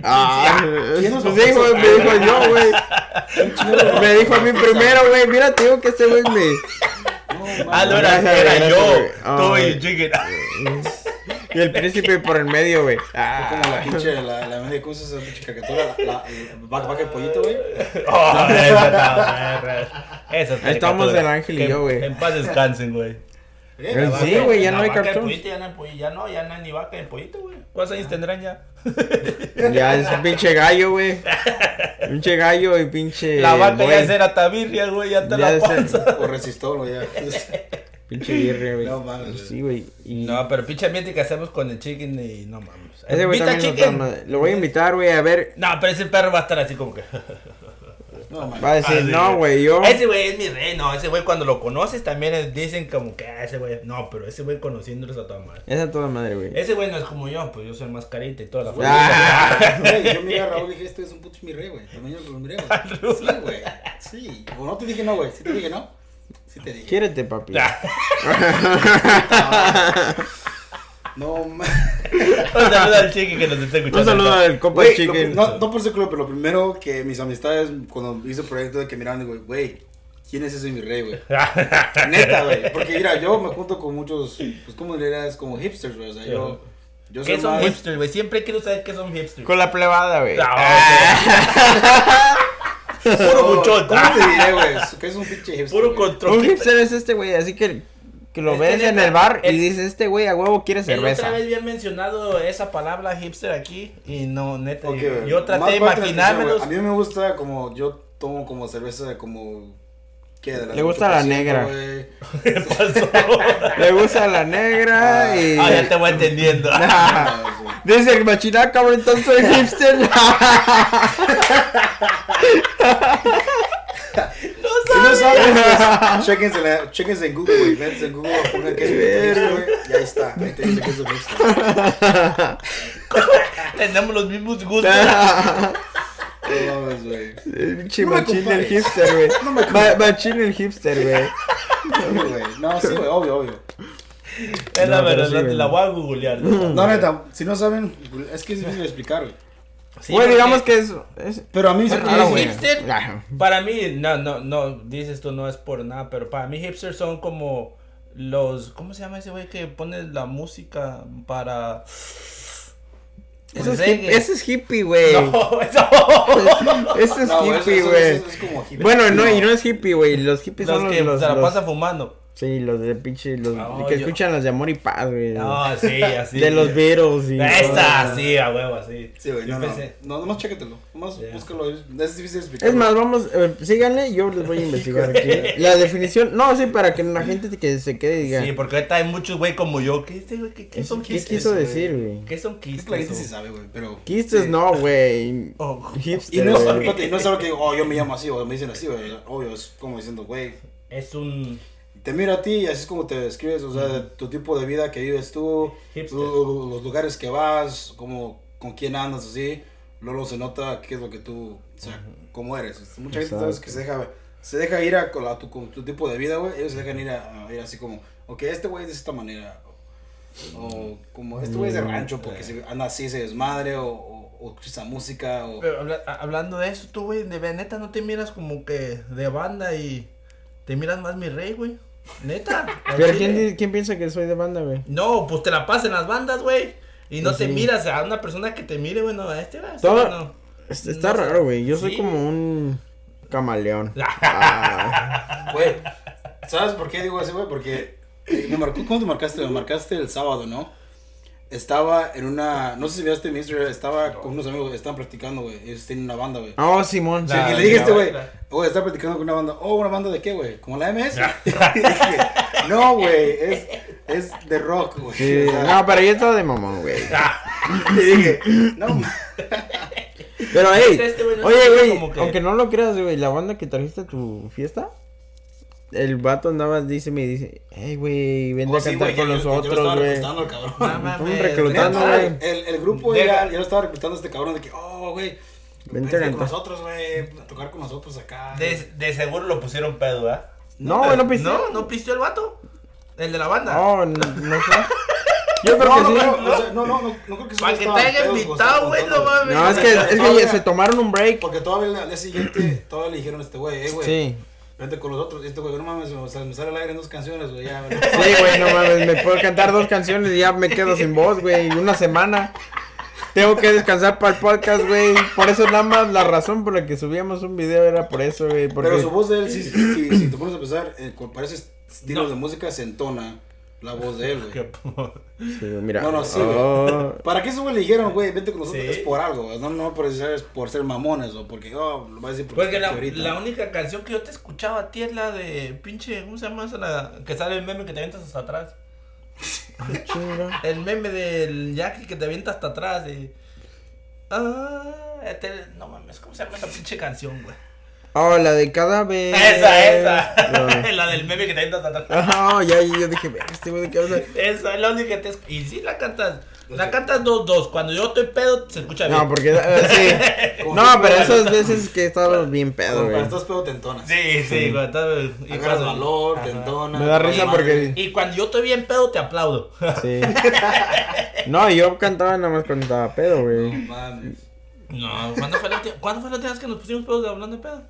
[SPEAKER 2] Ah,
[SPEAKER 1] ¿Quién nos
[SPEAKER 2] pues
[SPEAKER 1] ofrece?
[SPEAKER 2] dijo, me dijo yo, güey. Me dijo a mí primero, güey. Mira, te digo que este güey me.
[SPEAKER 1] No,
[SPEAKER 3] Ah, no,
[SPEAKER 1] mames.
[SPEAKER 3] era,
[SPEAKER 2] Gracias,
[SPEAKER 3] era
[SPEAKER 2] gracias, güey.
[SPEAKER 3] yo. Tú
[SPEAKER 2] Ah,
[SPEAKER 3] y
[SPEAKER 2] güey.
[SPEAKER 3] el chicken.
[SPEAKER 2] Y el príncipe por el medio, güey. Ah.
[SPEAKER 1] Como la pinche, la, la media cosa, esa pinche caricatura, la, la, el back, back el pollito, güey.
[SPEAKER 3] Oh, esa, no, esa. Esa es
[SPEAKER 2] Ahí estamos
[SPEAKER 3] caricatura.
[SPEAKER 2] el ángel y
[SPEAKER 3] Que-
[SPEAKER 2] yo, güey.
[SPEAKER 3] En paz descansen, güey.
[SPEAKER 2] Sí,
[SPEAKER 3] La vaca-
[SPEAKER 2] güey, ya no
[SPEAKER 3] la
[SPEAKER 2] hay
[SPEAKER 3] vaca de
[SPEAKER 2] cartón.
[SPEAKER 3] pollito, Ya no, hay pollo, ya no, ya no hay ni vaca de pollito, güey. ¿Cuántos años tendrán ya?
[SPEAKER 2] Ya, es un pinche gallo, güey. Pinche gallo y pinche.
[SPEAKER 3] La vaca ya
[SPEAKER 2] buey.
[SPEAKER 3] es era tabirria, güey. Ya está
[SPEAKER 2] Eh, Ya
[SPEAKER 3] la
[SPEAKER 2] es-
[SPEAKER 3] panza.
[SPEAKER 1] O resistolo, ya.
[SPEAKER 2] Pinche birria, güey.
[SPEAKER 1] No mames,
[SPEAKER 2] Sí, güey. Y...
[SPEAKER 3] No, pero pinche ambiente que hacemos con el chicken y no mames.
[SPEAKER 2] Ese güey
[SPEAKER 3] Invita
[SPEAKER 2] también no está madre. Lo voy a invitar, güey, a ver.
[SPEAKER 3] No, pero ese perro va a estar así como que.
[SPEAKER 1] No, mames.
[SPEAKER 2] Va a decir,
[SPEAKER 3] Ah, sí,
[SPEAKER 2] no, güey, yo.
[SPEAKER 3] Ese güey es mi rey, no, ese güey cuando lo conoces también es- dicen como que ah, ese güey. No, pero ese güey conociéndolos a toda madre.
[SPEAKER 2] Esa toda madre, güey.
[SPEAKER 3] Ese güey no es como yo, pues yo soy el más carita y toda la
[SPEAKER 2] Ah,
[SPEAKER 1] Güey, yo miré a Raúl y dije, este es un puto mi rey, güey. También yo lo miré, güey. Sí, güey. Sí. O no te dije no, güey. Sí te dije no. Sí te dije.
[SPEAKER 2] Quiérete, papi.
[SPEAKER 3] Ah,
[SPEAKER 1] No, ma-
[SPEAKER 3] Un saludo al chiqui que nos está escuchando.
[SPEAKER 2] Un saludo al compa
[SPEAKER 1] Güey, lo pri-
[SPEAKER 2] chicken.
[SPEAKER 1] no, no por ser club, pero lo primero que mis amistades, cuando hice el proyecto de que miraban, güey, güey, ¿quién es ese mi rey, güey? Neta, güey. Porque mira, yo me junto con muchos, pues, ¿cómo le dirás? Como hipsters, güey. O sea, yo. Yo soy
[SPEAKER 3] ¿Qué son
[SPEAKER 1] más-
[SPEAKER 3] hipsters, güey? Siempre quiero saber qué son hipsters.
[SPEAKER 2] Con la plebada, güey.
[SPEAKER 3] Ah, Puro buchota.
[SPEAKER 1] ¿Cómo te diré, güey? Que es un pinche hipster.
[SPEAKER 3] Puro
[SPEAKER 1] güey?
[SPEAKER 2] Un
[SPEAKER 3] control.
[SPEAKER 2] hipster es este, güey. Así que, que lo
[SPEAKER 3] Es que
[SPEAKER 2] ves en
[SPEAKER 3] neta,
[SPEAKER 2] el bar y
[SPEAKER 3] el-
[SPEAKER 2] dices, este güey a huevo quiere
[SPEAKER 3] El otra
[SPEAKER 2] cerveza.
[SPEAKER 3] vez habían mencionado esa palabra hipster aquí y no,
[SPEAKER 5] Este,
[SPEAKER 3] neta,
[SPEAKER 1] Ok,
[SPEAKER 3] yo,
[SPEAKER 1] güey.
[SPEAKER 3] yo traté
[SPEAKER 1] Más
[SPEAKER 3] de
[SPEAKER 1] para transición,
[SPEAKER 3] imaginármelos.
[SPEAKER 1] güey. A mí me gusta como yo tomo como cerveza como ¿qué? De la
[SPEAKER 2] Le gusta la
[SPEAKER 1] 8%,
[SPEAKER 2] negra.
[SPEAKER 1] güey.
[SPEAKER 3] ¿Qué pasó?
[SPEAKER 2] Le gusta la negra y.
[SPEAKER 3] Ah, ya te voy entendiendo.
[SPEAKER 1] Ah, güey.
[SPEAKER 2] Dice el machina, cabrón, entonces soy hipster.
[SPEAKER 1] Si no saben, pues, chéquense, la- chéquense en Google, güey. Métanse en Google, pongan que es un hipster, güey. Y ahí está. Ahí te dice que es un hipster.
[SPEAKER 3] Tenemos los mismos gustos.
[SPEAKER 1] No mames, güey.
[SPEAKER 2] El pinche
[SPEAKER 1] No me
[SPEAKER 2] machín el
[SPEAKER 1] compares.
[SPEAKER 2] hipster, güey.
[SPEAKER 1] No me
[SPEAKER 2] Ma- machín el hipster, güey.
[SPEAKER 1] No, güey. No, sí, güey, obvio, obvio.
[SPEAKER 3] Es la
[SPEAKER 2] No, pero
[SPEAKER 3] verdad,
[SPEAKER 2] sí,
[SPEAKER 3] la-
[SPEAKER 2] güey.
[SPEAKER 3] la voy a googlear.
[SPEAKER 1] No, neta, si no saben, es que es difícil explicar, güey.
[SPEAKER 3] Sí,
[SPEAKER 2] Güey,
[SPEAKER 3] porque
[SPEAKER 2] digamos que es. es...
[SPEAKER 1] Pero a mí se
[SPEAKER 3] Pero
[SPEAKER 1] me
[SPEAKER 3] es
[SPEAKER 2] raro, güey. Ah,
[SPEAKER 3] hipster.
[SPEAKER 2] Ajá.
[SPEAKER 3] Para mí, no, no, no, dices tú no es por nada, pero para mí hipsters son como los, ¿cómo se llama ese güey que pone la música para...
[SPEAKER 2] Eso es, hip-
[SPEAKER 3] reggae?
[SPEAKER 2] eso es hippie, güey.
[SPEAKER 3] No, eso.
[SPEAKER 2] Eso es
[SPEAKER 1] No, güey, eso-
[SPEAKER 2] hippie,
[SPEAKER 1] eso-
[SPEAKER 2] güey.
[SPEAKER 1] eso- eso es como hippie.
[SPEAKER 2] Bueno, no, y no es hippie, güey. Los hippies
[SPEAKER 3] Los
[SPEAKER 2] son los,
[SPEAKER 3] que
[SPEAKER 2] los-
[SPEAKER 3] se la
[SPEAKER 2] los-
[SPEAKER 3] pasa fumando.
[SPEAKER 2] Sí, los de pinche. Los
[SPEAKER 5] No,
[SPEAKER 2] que
[SPEAKER 5] yo-
[SPEAKER 2] escuchan las de amor y paz, güey.
[SPEAKER 3] Ah,
[SPEAKER 5] No, sí, así.
[SPEAKER 2] de los Beatles. Y...
[SPEAKER 5] Esa, sí, a huevo, así.
[SPEAKER 1] Sí, güey,
[SPEAKER 5] Yo
[SPEAKER 1] no, no.
[SPEAKER 5] pensé-
[SPEAKER 1] No, nomás chéquetelo. Nomás
[SPEAKER 5] Ya.
[SPEAKER 1] búscalo. Es es difícil explicar.
[SPEAKER 2] Es más, vamos, eh, síganle, yo les voy a investigar aquí. La definición, no, sí, para que la gente que se quede y diga.
[SPEAKER 5] Sí, porque ahorita hay muchos güey como yo. ¿Qué, este güey, qué- qué
[SPEAKER 2] ¿Qué,
[SPEAKER 5] son
[SPEAKER 2] qué
[SPEAKER 5] quistes?
[SPEAKER 2] quiso
[SPEAKER 5] güey?
[SPEAKER 2] decir, güey?
[SPEAKER 5] ¿Qué son
[SPEAKER 1] Es que la gente sí
[SPEAKER 5] quistes?
[SPEAKER 1] sabe, güey, pero...
[SPEAKER 2] Quistes
[SPEAKER 1] Sí.
[SPEAKER 2] no, güey.
[SPEAKER 5] Oh.
[SPEAKER 1] Y
[SPEAKER 2] Hipster,
[SPEAKER 1] no, es,
[SPEAKER 2] güey.
[SPEAKER 1] espérate, y no es algo que digo, oh, yo me llamo así, o me dicen así, güey. Obvio, es como diciendo, güey,
[SPEAKER 5] Es un.
[SPEAKER 1] te miro a ti y así es como te describes, o sea, tu tipo de vida que vives tú,
[SPEAKER 5] Hipster.
[SPEAKER 1] lo- los lugares que vas, como con quién andas, así. Luego se nota qué es lo que tú, o sea, cómo eres. Mucha gente sabes
[SPEAKER 2] Exacto.
[SPEAKER 1] que se deja, se deja ir a, con la- tu, con tu tipo de vida, güey. Ellos se dejan ir a, a ir así como, ok, este güey es de esta manera. O como, este güey es de rancho porque se, anda así, se desmadre, o, o, o escucha música, o...
[SPEAKER 3] Pero habla- a- hablando de eso, tú, güey, de ver, neta, no te miras como que de banda y te miras más mi rey, güey. Neta. al
[SPEAKER 2] Pero
[SPEAKER 3] chile.
[SPEAKER 2] ¿quién, di- ¿quién piensa que soy de banda, güey?
[SPEAKER 3] No, pues te la pasas en las bandas, güey. Y no
[SPEAKER 2] Sí,
[SPEAKER 3] te
[SPEAKER 2] sí.
[SPEAKER 3] miras a una persona que te mire, güey, no, a este, güey.
[SPEAKER 2] Todo-
[SPEAKER 3] este, no.
[SPEAKER 2] Es- Está
[SPEAKER 3] No sé.
[SPEAKER 2] raro, güey. Yo soy
[SPEAKER 3] Sí.
[SPEAKER 2] como un camaleón. Ah,
[SPEAKER 1] Güey, ¿sabes por qué digo eso, güey? Porque me marcó, ¿cómo te marcaste? Me marcaste el sábado, ¿no? Estaba en una, no sé si viste mi Instagram, estaba con unos amigos, estaban practicando, güey, ellos tienen una banda, güey.
[SPEAKER 2] Oh, Simón.
[SPEAKER 1] Sí,
[SPEAKER 5] La-
[SPEAKER 1] y le dije a este
[SPEAKER 5] la-
[SPEAKER 1] güey,
[SPEAKER 5] la-
[SPEAKER 1] güey, está practicando con una banda, oh, ¿una banda de qué, güey? ¿Como la MS? Y dije, no, güey, es, es de rock, güey.
[SPEAKER 2] Sí,
[SPEAKER 1] O sea,
[SPEAKER 2] No, pero yo estaba de mamón, güey.
[SPEAKER 1] Y dije, no, ma-
[SPEAKER 2] Pero, hey,
[SPEAKER 3] Este güey no
[SPEAKER 2] oye,
[SPEAKER 3] sabe
[SPEAKER 2] güey,
[SPEAKER 3] como que-
[SPEAKER 2] aunque no lo creas, güey, la banda que trajiste a tu fiesta, el vato andaba, dice, me dice, hey, güey, vente
[SPEAKER 1] Oh,
[SPEAKER 2] a
[SPEAKER 1] sí,
[SPEAKER 2] cantar
[SPEAKER 1] güey,
[SPEAKER 2] con
[SPEAKER 1] yo- yo- yo lo
[SPEAKER 2] nosotros,
[SPEAKER 1] estaba reclutando
[SPEAKER 2] güey.
[SPEAKER 1] al cabrón.
[SPEAKER 3] No mames,
[SPEAKER 2] Estamos reclutando,
[SPEAKER 1] Neta,
[SPEAKER 2] güey.
[SPEAKER 1] El, el grupo
[SPEAKER 5] Deja.
[SPEAKER 1] ya, ya lo estaba reclutando a este cabrón de que, oh, güey,
[SPEAKER 2] Vente
[SPEAKER 1] vente
[SPEAKER 2] a
[SPEAKER 1] con
[SPEAKER 2] cantar.
[SPEAKER 1] nosotros, güey, a tocar con nosotros acá.
[SPEAKER 5] De, de seguro lo pusieron pedo, ¿ah?
[SPEAKER 2] No, güey, no
[SPEAKER 3] No,
[SPEAKER 2] pisteó.
[SPEAKER 3] no, pisteó el vato. El de la banda.
[SPEAKER 2] No, no, no sé. Yo creo
[SPEAKER 1] No,
[SPEAKER 2] que
[SPEAKER 1] no,
[SPEAKER 2] sí.
[SPEAKER 1] creo- o sea, no, no, no, no creo que
[SPEAKER 3] Pa' que te haga invitado, güey, no mames.
[SPEAKER 2] No, es que, es que ya se tomaron un break.
[SPEAKER 1] Porque todavía al día siguiente, todavía le dijeron a este güey, eh, güey,
[SPEAKER 2] Sí.
[SPEAKER 1] vente con los otros. Y este güey, no mames, me sale, me sale al aire en dos canciones, güey, ya. güey.
[SPEAKER 2] Sí, güey, no mames, me puedo cantar dos canciones y ya me quedo sin voz, güey, una semana. Tengo que descansar para el podcast, güey. Por eso nada más la razón por la que subíamos un video era por eso, güey. Porque...
[SPEAKER 1] Pero su voz de él, si, si, si te pones a pensar, eh, con- para ese estilo
[SPEAKER 5] No.
[SPEAKER 1] de música se entona la voz de él, güey.
[SPEAKER 2] Sí, güey, mira.
[SPEAKER 1] No, no, sí, güey.
[SPEAKER 2] Oh,
[SPEAKER 1] ¿Para qué eso güey le dijeron, güey, vente con nosotros?
[SPEAKER 5] Sí.
[SPEAKER 1] Es por algo, güey, no, no por ser, por ser mamones o porque, oh, lo vas a decir porque,
[SPEAKER 3] Porque
[SPEAKER 1] está
[SPEAKER 3] la,
[SPEAKER 1] aquí ahorita.
[SPEAKER 3] la única canción que yo te escuchaba a ti es la de pinche, ¿cómo se llama esa? La, que sale el meme que te avientas hasta atrás.
[SPEAKER 2] chinga.
[SPEAKER 3] El meme del Jackie que te avienta hasta atrás. de, Ah, este- no mames, ¿cómo se llama esa pinche canción, güey?
[SPEAKER 2] Oh, la de cada vez.
[SPEAKER 3] Esa, esa.
[SPEAKER 2] No.
[SPEAKER 3] la del meme que te avienta hasta atrás.
[SPEAKER 2] Ajá, oh, ya, ya, yo dije, "Verga, este güey de qué habla?"
[SPEAKER 3] Esa es la única que te escu- Y sí la cantas. La cantas dos, dos. Cuando yo estoy pedo, se escucha bien.
[SPEAKER 2] No, porque. eh, sí.
[SPEAKER 1] Como
[SPEAKER 2] No,
[SPEAKER 1] que-
[SPEAKER 2] pero esas veces que estaba bien pedo,
[SPEAKER 1] Cuando
[SPEAKER 2] güey.
[SPEAKER 1] estás pedo te entonas.
[SPEAKER 3] Sí, sí, güey. está bien. Y
[SPEAKER 1] Agarras
[SPEAKER 3] cuando-
[SPEAKER 1] valor, te
[SPEAKER 3] Ajá.
[SPEAKER 1] entonas.
[SPEAKER 2] Me da
[SPEAKER 1] te
[SPEAKER 2] risa
[SPEAKER 1] madre.
[SPEAKER 2] porque.
[SPEAKER 3] Y cuando yo estoy bien pedo, te aplaudo.
[SPEAKER 2] Sí. No, yo cantaba nada más cuando estaba pedo,
[SPEAKER 1] No
[SPEAKER 2] güey.
[SPEAKER 1] mames.
[SPEAKER 3] No, ¿cuándo fue la última, ¿cuándo fue la última vez que nos pusimos pedos de hablando de pedo?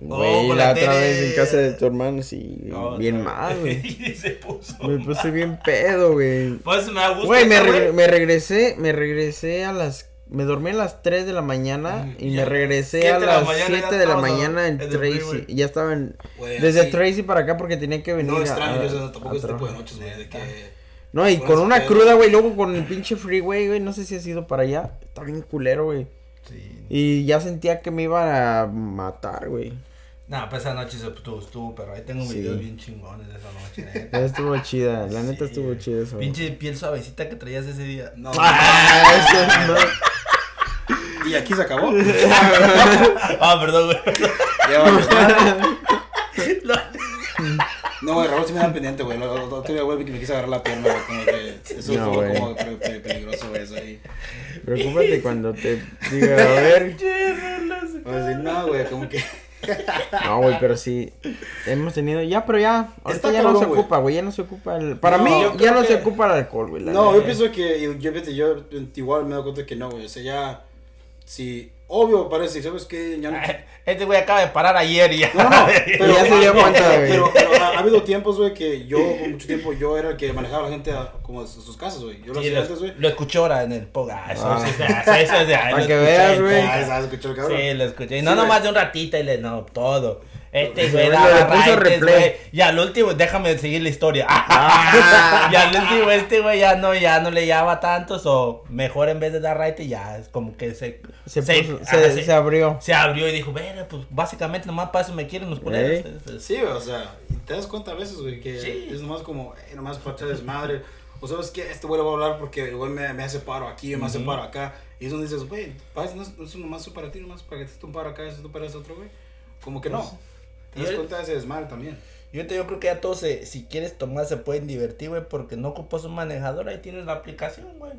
[SPEAKER 2] Güey,
[SPEAKER 3] Oh, con
[SPEAKER 2] la
[SPEAKER 3] la
[SPEAKER 2] otra
[SPEAKER 3] tele. Oh,
[SPEAKER 2] vez en casa de tu hermano, sí. bien mal, güey.
[SPEAKER 3] y se puso.
[SPEAKER 2] Me puse bien pedo, güey.
[SPEAKER 3] Pues me gusta.
[SPEAKER 2] Güey, me,
[SPEAKER 3] esa,
[SPEAKER 2] re- me regresé, me regresé a las... Me dormí a las 3 de la mañana y me
[SPEAKER 3] Ya.
[SPEAKER 2] regresé
[SPEAKER 3] Siete
[SPEAKER 2] a
[SPEAKER 3] de la
[SPEAKER 2] las
[SPEAKER 3] mañana, ya
[SPEAKER 2] 7 de la
[SPEAKER 3] estabas
[SPEAKER 2] mañana en
[SPEAKER 3] en el
[SPEAKER 2] Tracy.
[SPEAKER 3] freeway.
[SPEAKER 2] Ya estaba en...
[SPEAKER 1] Güey,
[SPEAKER 2] Desde
[SPEAKER 1] así,
[SPEAKER 2] Tracy para acá porque tenía que venir
[SPEAKER 1] No
[SPEAKER 2] a-
[SPEAKER 1] extraño
[SPEAKER 2] a-
[SPEAKER 1] yo eso,
[SPEAKER 2] a Ah.
[SPEAKER 1] tampoco este tipo de
[SPEAKER 2] trabajar.
[SPEAKER 1] noches, güey, de que...
[SPEAKER 2] No, y
[SPEAKER 1] Por
[SPEAKER 2] con
[SPEAKER 1] eso
[SPEAKER 2] una
[SPEAKER 1] pedo.
[SPEAKER 2] cruda, güey, luego con el pinche freeway, güey, no sé si has ido para allá. Está bien culero, güey.
[SPEAKER 3] Sí.
[SPEAKER 2] Y ya sentía que me iban a matar, güey.
[SPEAKER 3] Nah, pues esa noche se estuvo, estuvo, pero ahí tengo
[SPEAKER 2] Sí.
[SPEAKER 3] videos bien chingones de esa noche. neta.
[SPEAKER 2] Ya Estuvo chida, la neta
[SPEAKER 3] Sí,
[SPEAKER 2] estuvo
[SPEAKER 3] güey.
[SPEAKER 2] chida eso.
[SPEAKER 3] Pinche piel suavecita que traías ese día.
[SPEAKER 1] No,
[SPEAKER 2] Ah, eso no.
[SPEAKER 1] y aquí se acabó.
[SPEAKER 3] Ah, perdón, güey.
[SPEAKER 1] Ya valió.
[SPEAKER 3] No.
[SPEAKER 1] No, güey, Raúl sí me da pendiente, güey. Lo- lo- lo- Otro día, güey, que me quise agarrar la pierna, güey, como que... Eso
[SPEAKER 2] No,
[SPEAKER 1] fue
[SPEAKER 2] güey.
[SPEAKER 1] como pe- pe- peligroso, güey, eso ahí.
[SPEAKER 2] Preocúpate cuando te diga, a ver.
[SPEAKER 1] Voy a decir, no, güey, como que...
[SPEAKER 2] No, güey, pero sí. Hemos tenido. Ya, pero ya. Ahorita
[SPEAKER 1] Está
[SPEAKER 2] ya no
[SPEAKER 1] cabrón,
[SPEAKER 2] se
[SPEAKER 1] güey.
[SPEAKER 2] ocupa, güey. Ya no se ocupa el. Para
[SPEAKER 1] No,
[SPEAKER 2] mí,
[SPEAKER 1] yo
[SPEAKER 2] ya
[SPEAKER 1] creo
[SPEAKER 2] no se
[SPEAKER 1] que-
[SPEAKER 2] ocupa el alcohol, güey. la
[SPEAKER 1] No, yo
[SPEAKER 2] neta.
[SPEAKER 1] pienso que... Yo, yo, fíjate, yo igual me doy cuenta que no, güey. O sea, ya... Si... Obvio, parece, ¿sabes qué? Ya no...
[SPEAKER 3] Este güey acaba de parar ayer y ya.
[SPEAKER 1] No, no, pero,
[SPEAKER 2] Ya se dio cuenta, güey.
[SPEAKER 1] pero, pero ha, ha habido tiempos, güey, que yo, por mucho tiempo, yo era el que manejaba a la gente a- como a sus sus casas, güey. Yo lo
[SPEAKER 3] Sí,
[SPEAKER 1] hacía antes, güey.
[SPEAKER 3] lo, lo escuché ahora en el podcast. Eso,
[SPEAKER 2] Ah.
[SPEAKER 3] sí, eso, eso es de ahí.
[SPEAKER 2] Para
[SPEAKER 3] lo
[SPEAKER 2] que
[SPEAKER 3] escuché
[SPEAKER 2] veas,
[SPEAKER 3] en
[SPEAKER 2] güey.
[SPEAKER 3] podcast.
[SPEAKER 1] Ah, ¿sabes escuchar, cabrón?
[SPEAKER 3] Sí, lo escuché. Y no
[SPEAKER 1] Sí,
[SPEAKER 3] nomás
[SPEAKER 1] güey.
[SPEAKER 3] de un ratito y le no, todo. Este güey
[SPEAKER 2] Le
[SPEAKER 3] daba
[SPEAKER 2] puso
[SPEAKER 3] raites,
[SPEAKER 2] replay.
[SPEAKER 3] güey. Y al último, déjame seguir la historia.
[SPEAKER 2] Ah.
[SPEAKER 3] y al último, este güey ya no, ya no le llevaba tantos. O mejor en vez de dar right, ya es como que se.
[SPEAKER 2] Se, puso-
[SPEAKER 3] ajá,
[SPEAKER 2] se-
[SPEAKER 3] se-
[SPEAKER 2] se abrió.
[SPEAKER 3] se abrió y dijo, "Verga, pues básicamente nomás para eso me quieren los culeros.
[SPEAKER 1] Sí, güey, o sea, y te das cuenta a veces, güey, que
[SPEAKER 3] Sí.
[SPEAKER 1] es nomás como, eh, nomás para echar desmadre. O sabes que este güey le va a hablar porque el güey me, me hace paro aquí, me hace paro acá. Y es donde dices, güey, parece- no es, no es nomás eso para ti, nomás para que te esté un paro acá, eso tú para ese otro, güey. Como que
[SPEAKER 3] Pues,
[SPEAKER 1] no. Te
[SPEAKER 3] Y
[SPEAKER 1] das
[SPEAKER 3] él-
[SPEAKER 1] cuenta de ese desmadre también.
[SPEAKER 3] Yo, te- yo creo que ya todos, se- si quieres tomar, se pueden divertir, güey, porque no ocupas un manejador, ahí tienes la aplicación, güey.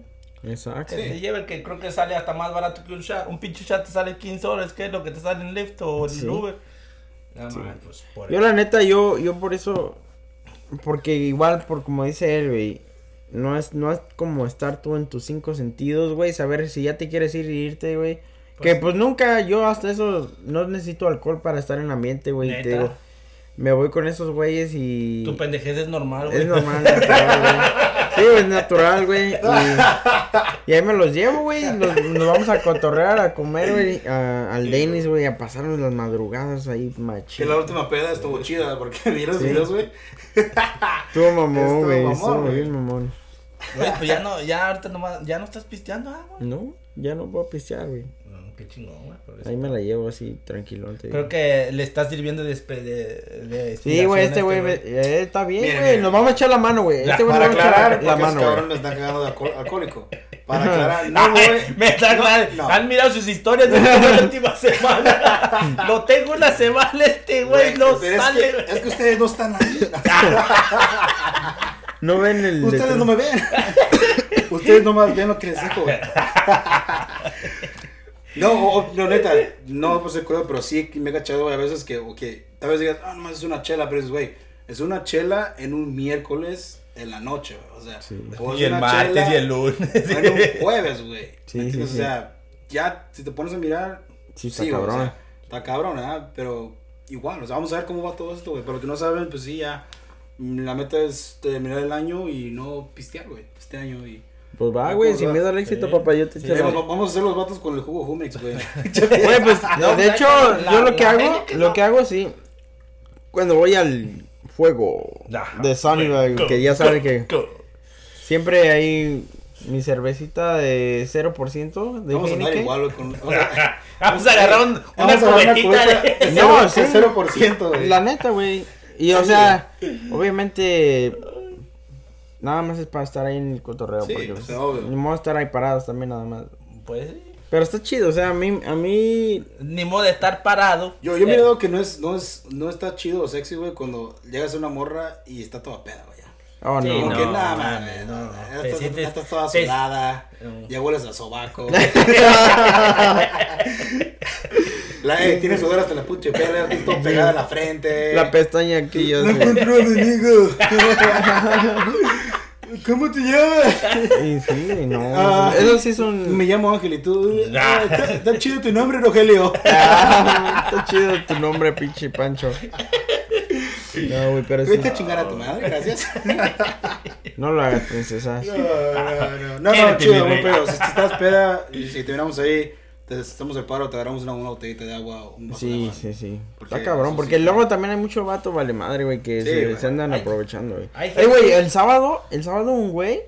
[SPEAKER 2] Exacto.
[SPEAKER 3] Que
[SPEAKER 1] Sí.
[SPEAKER 3] te lleve, que creo que sale hasta más barato que un chat. Un pinche chat te sale 15 dólares, que es lo que te sale en Lyft o en
[SPEAKER 2] Sí.
[SPEAKER 3] Uber. Nada más, pues, por
[SPEAKER 2] Yo la neta, yo, yo por eso, porque igual, por como dice él, güey, no es, no es como estar tú en tus cinco sentidos, güey, saber si ya te quieres ir y irte, güey. que pues nunca, yo hasta eso, no necesito alcohol para estar en el ambiente, güey. Te
[SPEAKER 3] Neta.
[SPEAKER 2] digo, me voy con esos güeyes y...
[SPEAKER 3] Tu pendejez es normal, güey.
[SPEAKER 2] Es normal, natural, güey. Sí, es natural, güey. Y, y ahí me los llevo, güey. los- Nos vamos a cotorrear, a comer, güey. a- Al Denis, güey. A pasarnos las madrugadas ahí,
[SPEAKER 1] Que
[SPEAKER 2] machín.
[SPEAKER 1] la última peda estuvo chida porque vi los
[SPEAKER 2] Sí.
[SPEAKER 1] videos, güey.
[SPEAKER 2] Estuvo mamón,
[SPEAKER 1] Estuvo
[SPEAKER 2] güey.
[SPEAKER 1] mamón,
[SPEAKER 2] Estuvo
[SPEAKER 1] güey.
[SPEAKER 2] bien mamón.
[SPEAKER 3] Güey, pues ya no, ya ahorita nomás, ya no estás pisteando, ah, güey.
[SPEAKER 2] No, ya no puedo pistear, güey.
[SPEAKER 3] No, qué chingón, güey.
[SPEAKER 1] Pues
[SPEAKER 3] por eso.
[SPEAKER 2] Ahí me la llevo así, tranquilón. te
[SPEAKER 3] Creo
[SPEAKER 2] digo.
[SPEAKER 3] que le estás sirviendo de, espe- de, de
[SPEAKER 2] Sí, güey,
[SPEAKER 3] inspiración a
[SPEAKER 2] este güey
[SPEAKER 3] güey.
[SPEAKER 2] ve- eh, está bien,
[SPEAKER 1] Mira,
[SPEAKER 2] güey.
[SPEAKER 1] mira.
[SPEAKER 2] Nos vamos a echar la mano, güey.
[SPEAKER 3] Ya,
[SPEAKER 2] Este güey
[SPEAKER 1] Para
[SPEAKER 2] nos va a echar
[SPEAKER 1] aclarar,
[SPEAKER 2] la
[SPEAKER 1] porque ese
[SPEAKER 2] mano, güey.
[SPEAKER 1] cabrón me está cagando de alco- alcohólico. Para aclarar, no, güey.
[SPEAKER 3] Me está mal.
[SPEAKER 1] no.
[SPEAKER 3] Han mirado sus historias de la última semana. Lo tengo una semana este güey, no
[SPEAKER 1] pero es
[SPEAKER 3] sale.
[SPEAKER 1] que-
[SPEAKER 3] güey.
[SPEAKER 1] es que ustedes no están ahí.
[SPEAKER 2] No ven el.
[SPEAKER 1] Ustedes
[SPEAKER 2] detalle.
[SPEAKER 1] no me ven. Ustedes nomás ven lo que les digo, güey. No, o- o- no, neta, no pues el cuidado, pero sí me he cachado, güey, a veces que, o que tal vez digas, ah, nomás es una chela, pero es, güey, es una chela en un miércoles en la noche, güey, o sea. o es
[SPEAKER 3] Y el
[SPEAKER 1] una
[SPEAKER 3] martes
[SPEAKER 1] chela
[SPEAKER 3] y el lunes.
[SPEAKER 1] En un jueves, güey.
[SPEAKER 2] Sí,
[SPEAKER 1] ¿Me entiendes?
[SPEAKER 2] sí,
[SPEAKER 1] O sea, ya, si te pones a mirar,
[SPEAKER 2] Sí, está
[SPEAKER 1] güey, o
[SPEAKER 2] cabrón.
[SPEAKER 1] sea, está cabrón, ¿verdad? Pero igual, o sea, vamos a ver cómo va todo esto, güey. Pero que no saben, pues sí, ya. mm, La meta es terminar el año y no pistear, güey. Este año y.
[SPEAKER 2] Pues va, güey. Sin
[SPEAKER 1] Sí.
[SPEAKER 2] miedo al éxito, papá. Yo te echo
[SPEAKER 1] Eh,
[SPEAKER 2] la
[SPEAKER 1] va- vamos a hacer los vatos con el jugo Jumex, güey.
[SPEAKER 2] Güey, pues,
[SPEAKER 3] No,
[SPEAKER 2] de
[SPEAKER 3] la-
[SPEAKER 2] hecho,
[SPEAKER 3] la-
[SPEAKER 2] yo lo que
[SPEAKER 3] la
[SPEAKER 2] hago,
[SPEAKER 3] Heineken
[SPEAKER 2] lo
[SPEAKER 3] no.
[SPEAKER 2] que hago, sí. Cuando voy al fuego
[SPEAKER 3] Ajá.
[SPEAKER 2] de Sunnyvale, que ya saben que siempre hay mi cervecita de 0% de
[SPEAKER 1] vamos a andar
[SPEAKER 2] Heineken.
[SPEAKER 1] igual, güey. con- vamos a-
[SPEAKER 3] Ah, Vamos a agarrar un-
[SPEAKER 1] Vamos
[SPEAKER 3] una
[SPEAKER 1] a agarrar
[SPEAKER 3] cubetita
[SPEAKER 1] cubeta de
[SPEAKER 3] de-
[SPEAKER 2] No,
[SPEAKER 1] cero-
[SPEAKER 2] sí.
[SPEAKER 1] de 0%, güey.
[SPEAKER 2] La neta, güey. Y, o sea, obviamente, nada más es para estar ahí en el cotorreo.
[SPEAKER 1] Sí,
[SPEAKER 2] porque
[SPEAKER 1] o
[SPEAKER 2] pues,
[SPEAKER 1] sea, obvio.
[SPEAKER 2] ni modo de estar ahí parados también, nada más.
[SPEAKER 3] Pues sí.
[SPEAKER 2] Pero está chido, o sea, a mí, a mí
[SPEAKER 3] Ni modo de estar parado.
[SPEAKER 1] Yo, yo he
[SPEAKER 3] Eh,
[SPEAKER 1] mirado que no es, no es, no está chido o sexy, güey, cuando llegas a una morra y está toda peda, güey. ya.
[SPEAKER 2] oh,
[SPEAKER 3] Sí,
[SPEAKER 2] no.
[SPEAKER 1] Como que
[SPEAKER 3] no,
[SPEAKER 1] nada, mames,
[SPEAKER 3] mames, no,
[SPEAKER 1] no,
[SPEAKER 3] no.
[SPEAKER 1] Ya
[SPEAKER 3] Te
[SPEAKER 1] estás,
[SPEAKER 3] sientes-
[SPEAKER 1] ya estás toda
[SPEAKER 3] te-
[SPEAKER 1] sudada, ya hueles a sobaco. la, eh, tiene sudor hasta la pinche piel, ya estás todo pegada a la frente.
[SPEAKER 2] La pestaña aquí, yo sé.
[SPEAKER 1] enemigo. ¿Cómo te llamas?
[SPEAKER 2] Y sí, no.
[SPEAKER 1] Ah.
[SPEAKER 2] eso sí es un.
[SPEAKER 1] Me llamo Ángel y tú.
[SPEAKER 3] Ah,
[SPEAKER 1] Está, chido tu nombre, Rogelio.
[SPEAKER 2] Ah, está chido tu nombre, pinche Pancho. No, güey, pero sí.
[SPEAKER 1] Vete a chingar a tu madre, gracias.
[SPEAKER 2] No lo hagas, princesa.
[SPEAKER 1] No, no, no, no,
[SPEAKER 3] Quédate, mi
[SPEAKER 1] chido, buen
[SPEAKER 3] rey.
[SPEAKER 1] pedo. Si, si estás peda y si terminamos ahí, te estamos el paro, te agarramos una, una botellita de agua. Un vaso de
[SPEAKER 2] Sí,
[SPEAKER 1] agua.
[SPEAKER 2] sí, sí.
[SPEAKER 1] Porque
[SPEAKER 2] Está cabrón,
[SPEAKER 1] eso
[SPEAKER 2] porque
[SPEAKER 1] sí.
[SPEAKER 2] luego también hay mucho vato, vale madre, güey, que
[SPEAKER 1] Sí,
[SPEAKER 2] se,
[SPEAKER 1] güey.
[SPEAKER 2] se andan
[SPEAKER 3] Hay-
[SPEAKER 2] aprovechando, güey.
[SPEAKER 3] hay
[SPEAKER 2] Eh, güey,
[SPEAKER 3] gente-
[SPEAKER 2] el sábado, el sábado un güey,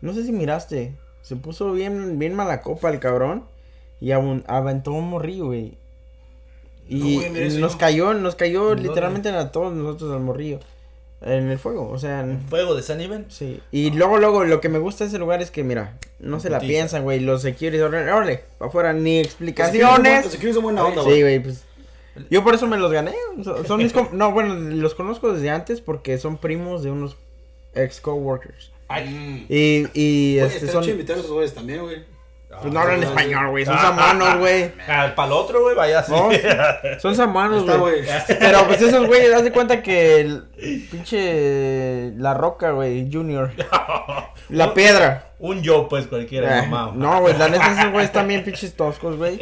[SPEAKER 2] no sé si miraste, se puso bien, bien mala copa el cabrón y abun- aventó un morrillo, güey.
[SPEAKER 1] No,
[SPEAKER 2] Y
[SPEAKER 1] güey, mira eso
[SPEAKER 2] nos
[SPEAKER 1] yo.
[SPEAKER 2] cayó, nos cayó
[SPEAKER 3] ¿Dónde?
[SPEAKER 2] literalmente a todos nosotros al morrillo. En el fuego, o sea, en-
[SPEAKER 3] Fuego de San Iván.
[SPEAKER 2] Sí.
[SPEAKER 1] Ah.
[SPEAKER 2] Y luego, luego, lo que me gusta de ese lugar es que, mira, no se la
[SPEAKER 3] Putiza.
[SPEAKER 2] piensan, güey. Los securities, órale, órale, pa' afuera, ni
[SPEAKER 1] Los securities son buen- los
[SPEAKER 2] explicaciones.
[SPEAKER 1] securities son buena onda,
[SPEAKER 2] Sí,
[SPEAKER 1] güey.
[SPEAKER 2] güey, pues. Yo por eso me los gané. Son, son mis. com- no, bueno, los conozco desde antes porque son primos de unos ex coworkers.
[SPEAKER 1] Ay,
[SPEAKER 2] Y, y
[SPEAKER 1] Oye,
[SPEAKER 2] este
[SPEAKER 1] está
[SPEAKER 2] son.
[SPEAKER 1] chido invitar a esos güeyes también, güey.
[SPEAKER 2] Pues no hablan
[SPEAKER 1] Ah,
[SPEAKER 2] español, güey. Son
[SPEAKER 3] ah,
[SPEAKER 2] samanos, güey.
[SPEAKER 3] Para el Ah, otro, güey, vaya así.
[SPEAKER 2] No, son samanos,
[SPEAKER 1] Está,
[SPEAKER 2] güey.
[SPEAKER 1] güey.
[SPEAKER 2] Pero pues esos güeyes, haz de cuenta que el pinche La Roca, güey, Junior. La piedra.
[SPEAKER 3] Un yo, pues, cualquiera,
[SPEAKER 2] Eh,
[SPEAKER 3] mamá.
[SPEAKER 2] no, güey, la neta esos güeyes están bien pinches toscos, güey.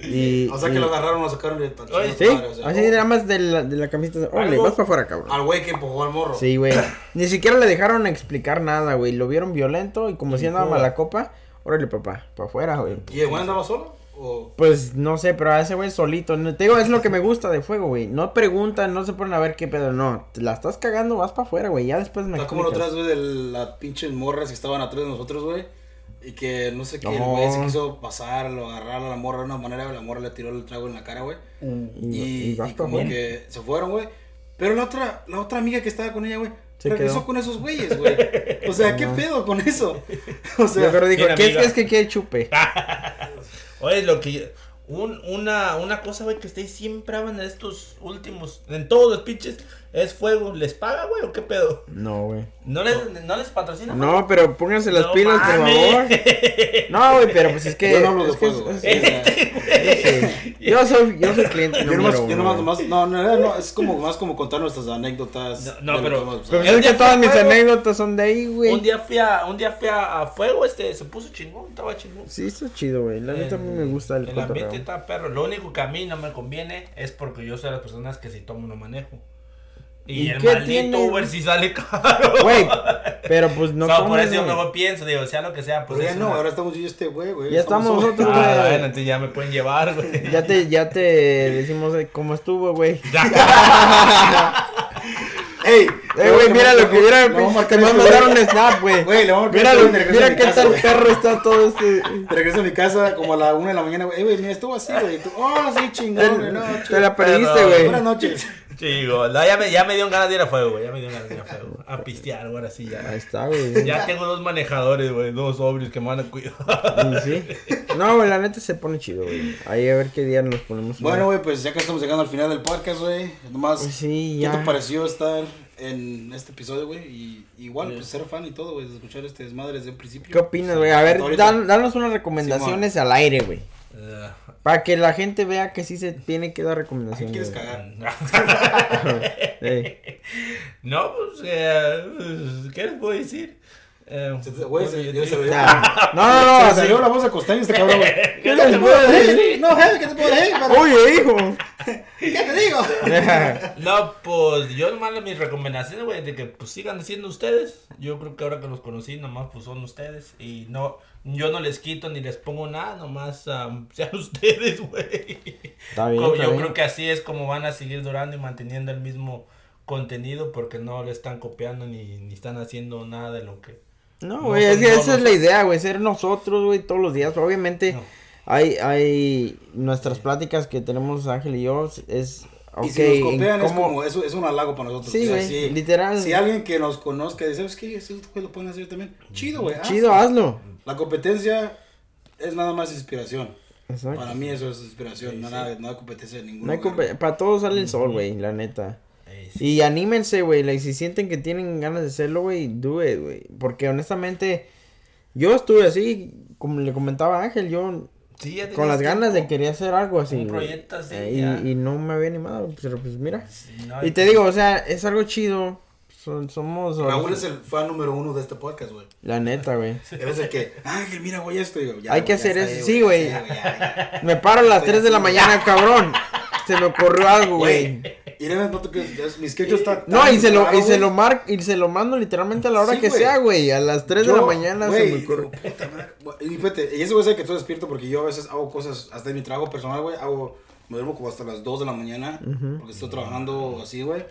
[SPEAKER 2] Y,
[SPEAKER 1] O sea que
[SPEAKER 2] y-
[SPEAKER 1] lo agarraron, lo sacaron de tan
[SPEAKER 3] Oye,
[SPEAKER 1] chingada
[SPEAKER 2] Sí,
[SPEAKER 1] su madre, o sea,
[SPEAKER 2] así
[SPEAKER 1] oh,
[SPEAKER 2] nada más de la, de la camiseta. Órale,
[SPEAKER 3] Algo-
[SPEAKER 2] vas para afuera, cabrón.
[SPEAKER 1] Al güey que empujó al morro.
[SPEAKER 2] Sí, güey. Ni siquiera le dejaron explicar nada, güey. Lo vieron violento y como si andaba
[SPEAKER 3] Hijo.
[SPEAKER 2] mala copa. Órale, papá, para afuera, güey.
[SPEAKER 1] ¿Y el güey andaba solo? ¿O O...
[SPEAKER 2] Pues no sé, pero a ese güey solito. no- Te digo, es lo que me gusta de fuego, güey. No preguntan, no se ponen a ver qué pedo. No, te la estás cagando, vas para afuera, güey. Ya después me.
[SPEAKER 1] Está como la otra
[SPEAKER 2] explicas.
[SPEAKER 1] vez, güey, de las pinches morras que estaban atrás de nosotros, güey. Y que no sé qué, el
[SPEAKER 2] No.
[SPEAKER 1] güey se quiso pasar, lo agarrar a la morra de una manera, güey, la morra le tiró el trago en la cara, güey.
[SPEAKER 2] Y,
[SPEAKER 1] mm, Y,
[SPEAKER 2] y vas
[SPEAKER 1] y
[SPEAKER 2] pa'
[SPEAKER 1] como
[SPEAKER 2] afuera.
[SPEAKER 1] que se fueron, güey. Pero la otra, la otra amiga que estaba con ella, güey,
[SPEAKER 2] Se
[SPEAKER 1] regresó
[SPEAKER 2] quedó.
[SPEAKER 1] con esos güeyes, güey. O sea, ¿qué pedo con eso? O
[SPEAKER 2] Yo creo
[SPEAKER 1] sea,
[SPEAKER 2] que dijo,
[SPEAKER 6] Mira,
[SPEAKER 2] ¿qué
[SPEAKER 6] amiga.
[SPEAKER 2] es que quiere chupe?
[SPEAKER 3] Oye, lo que yo- un- una, una cosa, güey, que ustedes siempre hablan en estos últimos, en todos los pitches, es fuego. ¿Les paga, güey, o qué pedo?
[SPEAKER 2] No, güey.
[SPEAKER 3] ¿No les, no les patrocina?
[SPEAKER 2] No, pero pónganse las
[SPEAKER 3] No
[SPEAKER 2] pilas, por favor.
[SPEAKER 3] mames.
[SPEAKER 2] No, güey, pero pues es que.
[SPEAKER 1] yo no hablo de
[SPEAKER 2] es que
[SPEAKER 1] fuego.
[SPEAKER 2] es-
[SPEAKER 1] güey.
[SPEAKER 2] es-
[SPEAKER 1] O sea,
[SPEAKER 2] yo, soy, yo soy cliente
[SPEAKER 1] Yo nomás,
[SPEAKER 2] número
[SPEAKER 1] yo
[SPEAKER 2] uno.
[SPEAKER 1] nomás, nomás-
[SPEAKER 2] güey.
[SPEAKER 1] no, no, no, no, es como más como contar nuestras anécdotas.
[SPEAKER 6] No, no,
[SPEAKER 1] de lo
[SPEAKER 6] pero-
[SPEAKER 1] que hemos-
[SPEAKER 2] Pero
[SPEAKER 3] Yo
[SPEAKER 2] es que
[SPEAKER 3] ya
[SPEAKER 2] todas
[SPEAKER 3] fui
[SPEAKER 2] mis
[SPEAKER 3] fuego.
[SPEAKER 2] anécdotas son de ahí, güey.
[SPEAKER 3] Un día fui a, un día fui a, a fuego, este, se puso chingón, estaba chingón.
[SPEAKER 2] Sí, está chido, güey. La neta a mí me gusta el,
[SPEAKER 3] El
[SPEAKER 2] cotorreo.
[SPEAKER 3] ambiente está perro. Lo único que a mí no me conviene es porque yo soy de las personas que si tomo no manejo. Y,
[SPEAKER 2] ¿Y
[SPEAKER 3] el
[SPEAKER 2] qué
[SPEAKER 3] maldito
[SPEAKER 2] tiene?
[SPEAKER 3] Uber si sale caro.
[SPEAKER 2] Güey, pero pues no
[SPEAKER 3] No, por
[SPEAKER 2] comes,
[SPEAKER 3] eso yo
[SPEAKER 2] güey.
[SPEAKER 3] mejor pienso, digo, sea lo que sea, pues
[SPEAKER 1] Pero ya
[SPEAKER 3] es
[SPEAKER 1] no,
[SPEAKER 3] una-
[SPEAKER 1] ahora estamos yo y este güey, güey.
[SPEAKER 2] Ya estamos
[SPEAKER 1] solos.
[SPEAKER 2] nosotros, güey.
[SPEAKER 3] Ah, bueno, entonces ya me pueden llevar, güey.
[SPEAKER 2] Ya te, ya te decimos eh, cómo estuvo, güey.
[SPEAKER 1] Ey,
[SPEAKER 2] Eh, güey, mira lo que mira,
[SPEAKER 1] Le vamos a
[SPEAKER 2] pinche-
[SPEAKER 1] marcar
[SPEAKER 2] te voy a
[SPEAKER 1] esto,
[SPEAKER 2] mandar un snap, güey.
[SPEAKER 1] Güey, le vamos a marcar
[SPEAKER 2] Mira,
[SPEAKER 1] esto,
[SPEAKER 2] lo-
[SPEAKER 1] güey, regreso a mi
[SPEAKER 2] mira qué
[SPEAKER 1] casa,
[SPEAKER 2] tal
[SPEAKER 1] güey.
[SPEAKER 2] perro está todo este.
[SPEAKER 1] Regreso a mi casa como a la una de la mañana, güey. Ey, güey, mira, estuvo así, güey. Y tú, Oh, sí, chingón, güey. No,
[SPEAKER 2] Te
[SPEAKER 1] chido.
[SPEAKER 2] la perdiste,
[SPEAKER 3] Pero-
[SPEAKER 1] Buenas
[SPEAKER 2] güey.
[SPEAKER 1] noches.
[SPEAKER 3] Chico, no, ya me, ya me dieron ganas de ir a fuego, güey. Ya me dieron ganas de ir a fuego. A pistear, ahora sí,
[SPEAKER 2] Ahí
[SPEAKER 3] ya.
[SPEAKER 2] está, güey.
[SPEAKER 3] Ya tengo dos manejadores, güey. Dos sobrios que me van a cuidar.
[SPEAKER 2] Y Mm, Sí. No, güey, la neta se pone chido, güey. Ahí a ver qué día nos ponemos. una-
[SPEAKER 1] Bueno, güey, pues ya que estamos llegando al final del podcast, güey. Nomás,
[SPEAKER 2] Pues sí,
[SPEAKER 1] ¿qué te
[SPEAKER 2] ya.
[SPEAKER 1] pareció estar en este episodio, güey? Y igual, pues ser fan y todo, güey, de escuchar este desmadre desde el principio.
[SPEAKER 2] ¿Qué opinas, güey? A ver,
[SPEAKER 1] Ahorita.
[SPEAKER 2] dan- danos unas recomendaciones al aire, güey.
[SPEAKER 3] Eh,
[SPEAKER 2] Para que la gente vea que sí se tiene que dar
[SPEAKER 1] ¿A quién quieres
[SPEAKER 2] recomendaciones.
[SPEAKER 1] cagar?
[SPEAKER 2] Ey.
[SPEAKER 3] No, pues, eh, pues, ¿qué les puedo decir? Eh,
[SPEAKER 1] Se te- Güey, se- yo se lo digo.
[SPEAKER 2] Ya. No, no, no.
[SPEAKER 1] Se le
[SPEAKER 2] así-
[SPEAKER 1] salió la voz a costeño este cabrón, güey.
[SPEAKER 2] ¿Qué les puedo decir?
[SPEAKER 1] No, jefe, ¿qué te puedo decir? Pero,
[SPEAKER 2] Oye, hijo.
[SPEAKER 1] ¿Qué te digo?
[SPEAKER 3] No, pues yo nomás mis recomendaciones, güey, de que pues sigan siendo ustedes. Yo creo que ahora que los conocí, nomás pues son ustedes. Y no, yo no les quito ni les pongo nada, nomás am, sean ustedes, güey.
[SPEAKER 2] Está bien,
[SPEAKER 3] Como-
[SPEAKER 2] está
[SPEAKER 3] Yo
[SPEAKER 2] bien.
[SPEAKER 3] creo que así es como van a seguir durando y manteniendo el mismo contenido porque no le están copiando ni, ni están haciendo nada de lo que...
[SPEAKER 2] No,
[SPEAKER 3] No
[SPEAKER 2] güey, es
[SPEAKER 3] son
[SPEAKER 2] que esa
[SPEAKER 3] todos.
[SPEAKER 2] es la idea, güey, ser nosotros, güey, todos los días. Obviamente,
[SPEAKER 3] No.
[SPEAKER 2] hay, hay nuestras pláticas que tenemos Ángel y yo, es, ok,
[SPEAKER 1] Y si nos
[SPEAKER 2] ¿en
[SPEAKER 1] copian es
[SPEAKER 2] cómo-
[SPEAKER 1] como, es, es un halago para nosotros. o
[SPEAKER 2] Sí,
[SPEAKER 1] sea,
[SPEAKER 2] güey,
[SPEAKER 1] si-
[SPEAKER 2] literal.
[SPEAKER 1] Si alguien que nos conozca dice, ¿sabes qué? Eso güey, lo pueden hacer también. Chido, güey.
[SPEAKER 2] chido, ah.
[SPEAKER 1] hazlo.
[SPEAKER 2] hazlo.
[SPEAKER 1] La competencia es nada más inspiración.
[SPEAKER 2] Exacto.
[SPEAKER 1] Para mí eso es inspiración. no, nada, no hay competencia de ninguno.
[SPEAKER 2] ¿Eh? No hay
[SPEAKER 1] güey.
[SPEAKER 2] compe- para todos sale el sol, güey, la neta.
[SPEAKER 3] eh,
[SPEAKER 2] Y anímense, güey, like, si sienten que tienen ganas de hacerlo, güey, do it, güey. Porque honestamente, yo estuve así, como le comentaba a Ángel, yo
[SPEAKER 3] sí, ya
[SPEAKER 2] con
[SPEAKER 3] tenías
[SPEAKER 2] las ganas de
[SPEAKER 3] tiempo.
[SPEAKER 2] querer hacer algo así.
[SPEAKER 3] Un
[SPEAKER 2] güey.
[SPEAKER 3] proyecto así,
[SPEAKER 2] Eh,
[SPEAKER 3] ya.
[SPEAKER 2] y, y no me había animado, pero pues mira.
[SPEAKER 3] No, pues
[SPEAKER 2] Y te digo, o sea, es algo chido. Son- somos.
[SPEAKER 1] Raúl es el fan número uno de este podcast, güey.
[SPEAKER 2] La neta, güey.
[SPEAKER 1] Eres el que, Ángel, mira, güey, esto. Y digo, ya,
[SPEAKER 2] Hay
[SPEAKER 1] güey,
[SPEAKER 2] que
[SPEAKER 1] ya
[SPEAKER 2] hacer
[SPEAKER 1] está,
[SPEAKER 2] eso.
[SPEAKER 1] ya,
[SPEAKER 2] Sí, güey.
[SPEAKER 1] ya, ya,
[SPEAKER 2] Me paro a las 3 de la mañana, cabrón. Se me ocurrió algo,
[SPEAKER 1] ya.
[SPEAKER 2] güey.
[SPEAKER 1] Güey, y no, no te creas, ya es- mi sketch está
[SPEAKER 2] No,
[SPEAKER 1] tan
[SPEAKER 2] y se lo,
[SPEAKER 1] raro,
[SPEAKER 2] y se
[SPEAKER 1] güey.
[SPEAKER 2] lo mar- y se lo mando literalmente a la hora
[SPEAKER 1] Sí,
[SPEAKER 2] que
[SPEAKER 1] güey.
[SPEAKER 2] sea, güey. A las 3 de
[SPEAKER 1] Yo,
[SPEAKER 2] la mañana
[SPEAKER 1] güey,
[SPEAKER 2] se me ocurrió.
[SPEAKER 1] digo, puta madre. Y fíjate, y eso es el que estoy despierto porque yo a veces hago cosas, hasta en mi trabajo personal, güey, hago, me duermo como hasta las 2 de la mañana porque estoy trabajando así, güey.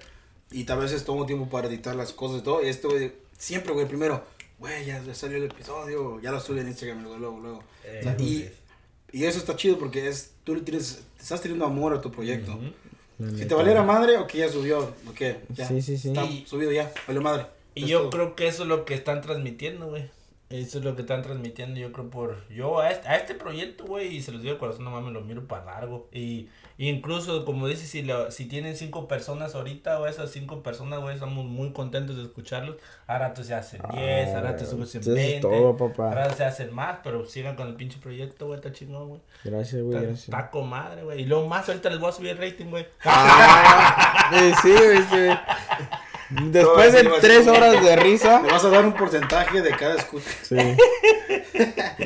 [SPEAKER 1] Y tal vez tomo tiempo para editar las cosas y todo. Y este, güey, siempre, güey, primero, güey, ya ya salió el episodio, ya lo subí en Instagram, luego, luego, luego.
[SPEAKER 3] Eh,
[SPEAKER 1] O sea, y, y eso está chido porque es, tú le tienes, estás teniendo amor a tu proyecto. Si te valiera madre, o que ya subió, o que ya.
[SPEAKER 2] Sí, sí, sí.
[SPEAKER 1] Está
[SPEAKER 3] Y-
[SPEAKER 1] subido ya, valió madre.
[SPEAKER 3] Y
[SPEAKER 1] Es
[SPEAKER 3] yo
[SPEAKER 1] todo.
[SPEAKER 3] creo que eso es lo que están transmitiendo, güey. Eso es lo que están transmitiendo, yo creo, por... Yo a este, a este proyecto, güey, y se los digo de corazón, no mames, lo miro para largo. Y, y incluso, como dices, si, lo- si tienen cinco personas ahorita, o esas cinco personas, güey, estamos muy contentos de escucharlos. Ahora tú se hacen diez,
[SPEAKER 2] Ah,
[SPEAKER 3] ahora te
[SPEAKER 2] güey,
[SPEAKER 3] subes en
[SPEAKER 2] eso es
[SPEAKER 3] 20.
[SPEAKER 2] todo, papá.
[SPEAKER 3] Ahora se hacen más, pero sigan con el pinche proyecto, güey, está chingón, güey.
[SPEAKER 2] Gracias, güey,
[SPEAKER 3] Está,
[SPEAKER 2] gracias.
[SPEAKER 3] está con madre, güey. Y lo más, ahorita les voy a subir el rating, güey.
[SPEAKER 2] Ah, eh, sí, güey, sí, güey. Después de
[SPEAKER 1] Todo así,
[SPEAKER 2] tres
[SPEAKER 1] güey.
[SPEAKER 2] horas de risa.
[SPEAKER 1] Me vas a dar un porcentaje de cada escucha.
[SPEAKER 2] Sí.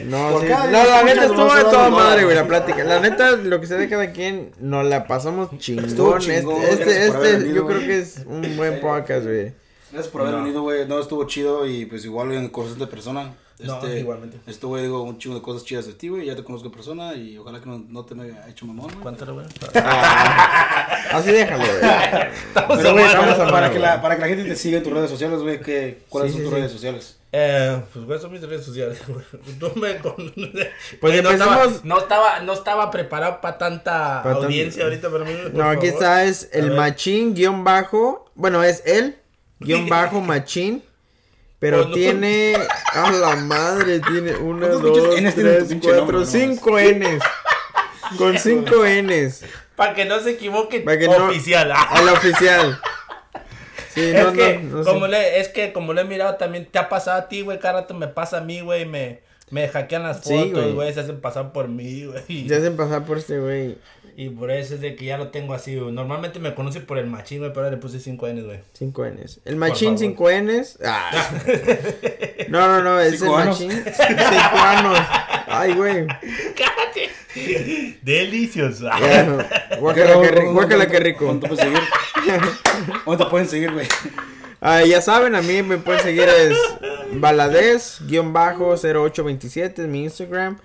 [SPEAKER 2] No,
[SPEAKER 1] Por
[SPEAKER 2] sí.
[SPEAKER 1] cada
[SPEAKER 2] No,
[SPEAKER 1] día
[SPEAKER 2] la
[SPEAKER 1] que
[SPEAKER 2] neta
[SPEAKER 1] escuchas, nos
[SPEAKER 2] estuvo
[SPEAKER 1] vas a
[SPEAKER 2] de
[SPEAKER 1] dar
[SPEAKER 2] toda
[SPEAKER 1] un dólar.
[SPEAKER 2] madre, güey, la plática. La neta, lo que se de cada quien, nos la pasamos chingón.
[SPEAKER 1] Estuvo chingón,
[SPEAKER 2] este,
[SPEAKER 1] gracias
[SPEAKER 2] este,
[SPEAKER 1] por
[SPEAKER 2] este,
[SPEAKER 1] haber venido,
[SPEAKER 2] yo
[SPEAKER 1] güey.
[SPEAKER 2] creo que es un buen podcast, güey.
[SPEAKER 1] Gracias por haber venido, güey. No, estuvo chido y pues igual en conocer de persona. Este,
[SPEAKER 3] No, igualmente.
[SPEAKER 1] Este güey digo un chingo de cosas chidas de ti, güey. Ya te conozco en persona y ojalá que no, no te me haya hecho mamón, güey.
[SPEAKER 3] ¿Cuánto era, güey?
[SPEAKER 2] Ah, Así déjalo, güey.
[SPEAKER 1] Pero, güey, para,
[SPEAKER 2] Estamos a mano,
[SPEAKER 1] para que la,
[SPEAKER 2] güey.
[SPEAKER 1] para que la gente te siga en tus redes sociales, güey, ¿qué- ¿cuáles
[SPEAKER 2] Sí,
[SPEAKER 1] son
[SPEAKER 2] sí,
[SPEAKER 1] tus
[SPEAKER 2] sí.
[SPEAKER 1] redes sociales?
[SPEAKER 3] Eh, pues, güey, son mis redes sociales, güey. No me con...
[SPEAKER 2] Pues
[SPEAKER 3] no, estaba,
[SPEAKER 2] empezamos-
[SPEAKER 3] no, estaba, no estaba preparado para tanta
[SPEAKER 2] Pa' tan-
[SPEAKER 3] audiencia ahorita, pero mí.
[SPEAKER 2] No, aquí está, es el
[SPEAKER 3] ver.
[SPEAKER 2] machín guión bajo. Bueno, es el guión bajo machín. Pero
[SPEAKER 3] Oh, no.
[SPEAKER 2] tiene. A la madre, tiene una,
[SPEAKER 1] ¿Cuántos pinches
[SPEAKER 2] dos,
[SPEAKER 1] Ns tiene tu
[SPEAKER 2] tres,
[SPEAKER 1] pinche nombre,
[SPEAKER 2] cuatro,
[SPEAKER 1] no
[SPEAKER 2] cinco N's. Con cinco N's.
[SPEAKER 3] Para que no se equivoque,
[SPEAKER 2] Para que no-
[SPEAKER 3] oficial. ah.
[SPEAKER 2] A la oficial. Sí,
[SPEAKER 3] es,
[SPEAKER 2] no,
[SPEAKER 3] que,
[SPEAKER 2] no, no sé.
[SPEAKER 3] como le, es que como lo he mirado también, te ha pasado a ti, güey, cada rato me pasa a mí, güey, me, me hackean las
[SPEAKER 2] Sí, güey.
[SPEAKER 3] fotos, güey, se hacen pasar por mí, güey. Y,
[SPEAKER 2] Ya hacen pasar por este güey.
[SPEAKER 3] y por eso es de que ya lo tengo así, güey. Normalmente me conoce por el machín, güey, pero ahora le puse 5 N, güey.
[SPEAKER 2] 5 N's. El machín 5
[SPEAKER 3] favor.
[SPEAKER 2] N's. Ah. No, no, no, es el
[SPEAKER 1] Cinco anos.
[SPEAKER 2] machín 5 anos. Ay, güey.
[SPEAKER 3] ¡Cállate! Delicioso.
[SPEAKER 2] Ya, Guácala que rico. Guácala que rico.
[SPEAKER 1] ¿Dónde te pueden seguir? ¿Dónde te pueden seguir, güey?
[SPEAKER 2] Ah, ya saben, a mí me pueden seguir es baladez-0827 en mi Instagram.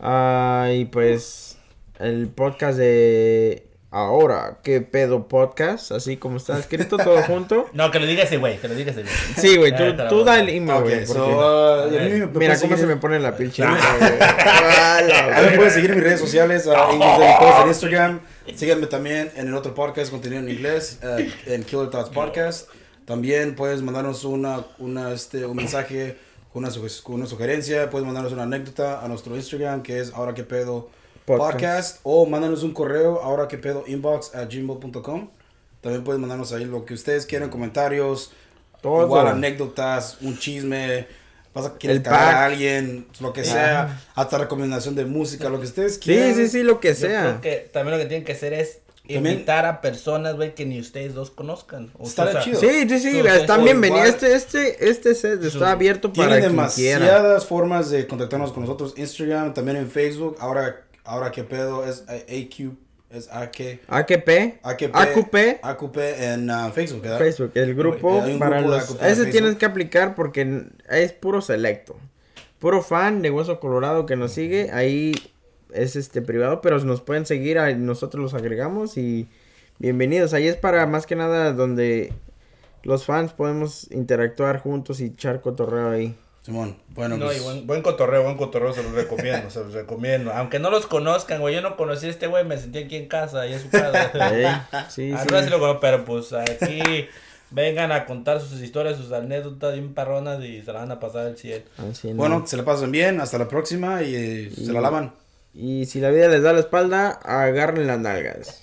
[SPEAKER 2] Ah, y pues el podcast de ahora, qué pedo podcast, así como está escrito todo junto.
[SPEAKER 3] No, que lo diga ese güey, que lo diga ese güey.
[SPEAKER 2] Sí, güey, tú,
[SPEAKER 3] Ahorita la
[SPEAKER 2] tú
[SPEAKER 3] voy a
[SPEAKER 2] da
[SPEAKER 3] dar.
[SPEAKER 2] el email, güey. porque-
[SPEAKER 1] so, uh, a mí me
[SPEAKER 2] Mira
[SPEAKER 1] pueden
[SPEAKER 2] cómo
[SPEAKER 1] seguir-
[SPEAKER 2] se me pone la piel chinita, güey. Ah,
[SPEAKER 1] A mí
[SPEAKER 2] la
[SPEAKER 1] me
[SPEAKER 3] pues,
[SPEAKER 2] verga.
[SPEAKER 1] pueden seguir en mis redes sociales, a English Daily Coast en Instagram. Síganme también en el otro podcast, contenido en inglés, eh, en Killer Thoughts Podcast. También puedes mandarnos una, una, este, un mensaje, una, suge- una sugerencia, puedes mandarnos una anécdota a nuestro Instagram, que es ahora que pedo podcast.
[SPEAKER 2] Podcast.
[SPEAKER 1] o mándanos un correo, ahora que pedo inbox a gmail.com. También puedes mandarnos ahí lo que ustedes quieran, comentarios,
[SPEAKER 2] Todo.
[SPEAKER 1] igual anécdotas, un chisme, vas a querer
[SPEAKER 2] El
[SPEAKER 1] cagar a
[SPEAKER 2] pack.
[SPEAKER 1] alguien, lo que sea, hasta recomendación de música, lo que ustedes
[SPEAKER 2] Sí,
[SPEAKER 1] quieran.
[SPEAKER 2] sí, sí, lo que
[SPEAKER 3] Yo creo
[SPEAKER 2] sea.
[SPEAKER 3] que también lo que tienen que hacer es
[SPEAKER 1] También-
[SPEAKER 3] invitar a personas, güey, que ni ustedes dos conozcan. O
[SPEAKER 1] Estaría
[SPEAKER 3] sea,
[SPEAKER 1] chido.
[SPEAKER 2] Sí, sí, sí,
[SPEAKER 3] Sus-
[SPEAKER 2] están
[SPEAKER 1] sus-
[SPEAKER 2] bienvenidos.
[SPEAKER 1] igual-
[SPEAKER 2] Este, este, este set está abierto para
[SPEAKER 1] Tienen
[SPEAKER 2] quien quiera.
[SPEAKER 1] demasiadas formas de contactarnos con nosotros, Instagram, también en Facebook, ahora, ahora que pedo, es eh, a- AQ, es AK,
[SPEAKER 2] AKP,
[SPEAKER 1] AQP,
[SPEAKER 2] AQP,
[SPEAKER 1] AQP en ah, Facebook, ¿verdad?
[SPEAKER 2] Facebook, el grupo
[SPEAKER 1] Hay un
[SPEAKER 2] para
[SPEAKER 1] grupo de
[SPEAKER 2] los...
[SPEAKER 1] AQP en
[SPEAKER 2] Ese
[SPEAKER 1] Facebook.
[SPEAKER 2] tienes que aplicar porque n- es puro selecto. Puro fan de Hueso Colorado que nos sigue, ahí es este privado, pero nos pueden seguir, ahí nosotros los agregamos y bienvenidos. Ahí es para más que nada donde los fans podemos interactuar juntos y echar cotorreo ahí.
[SPEAKER 1] Simón, bueno,
[SPEAKER 3] No,
[SPEAKER 1] pues,
[SPEAKER 3] y buen, buen cotorreo, buen cotorreo, se los recomiendo, se los recomiendo. Aunque no los conozcan, güey, yo no conocí a este güey, me sentí aquí en casa, ahí en su casa.
[SPEAKER 2] Ey, sí,
[SPEAKER 3] Ah,
[SPEAKER 2] sí.
[SPEAKER 3] no, sí lo conozco, pero pues aquí vengan a contar sus historias, sus anécdotas bien perronas y se la van a pasar al cielo.
[SPEAKER 2] Así no.
[SPEAKER 1] bueno, se la pasen bien, hasta la próxima y eh, se la lavan.
[SPEAKER 2] Y si la vida les da la espalda, agarren las nalgas.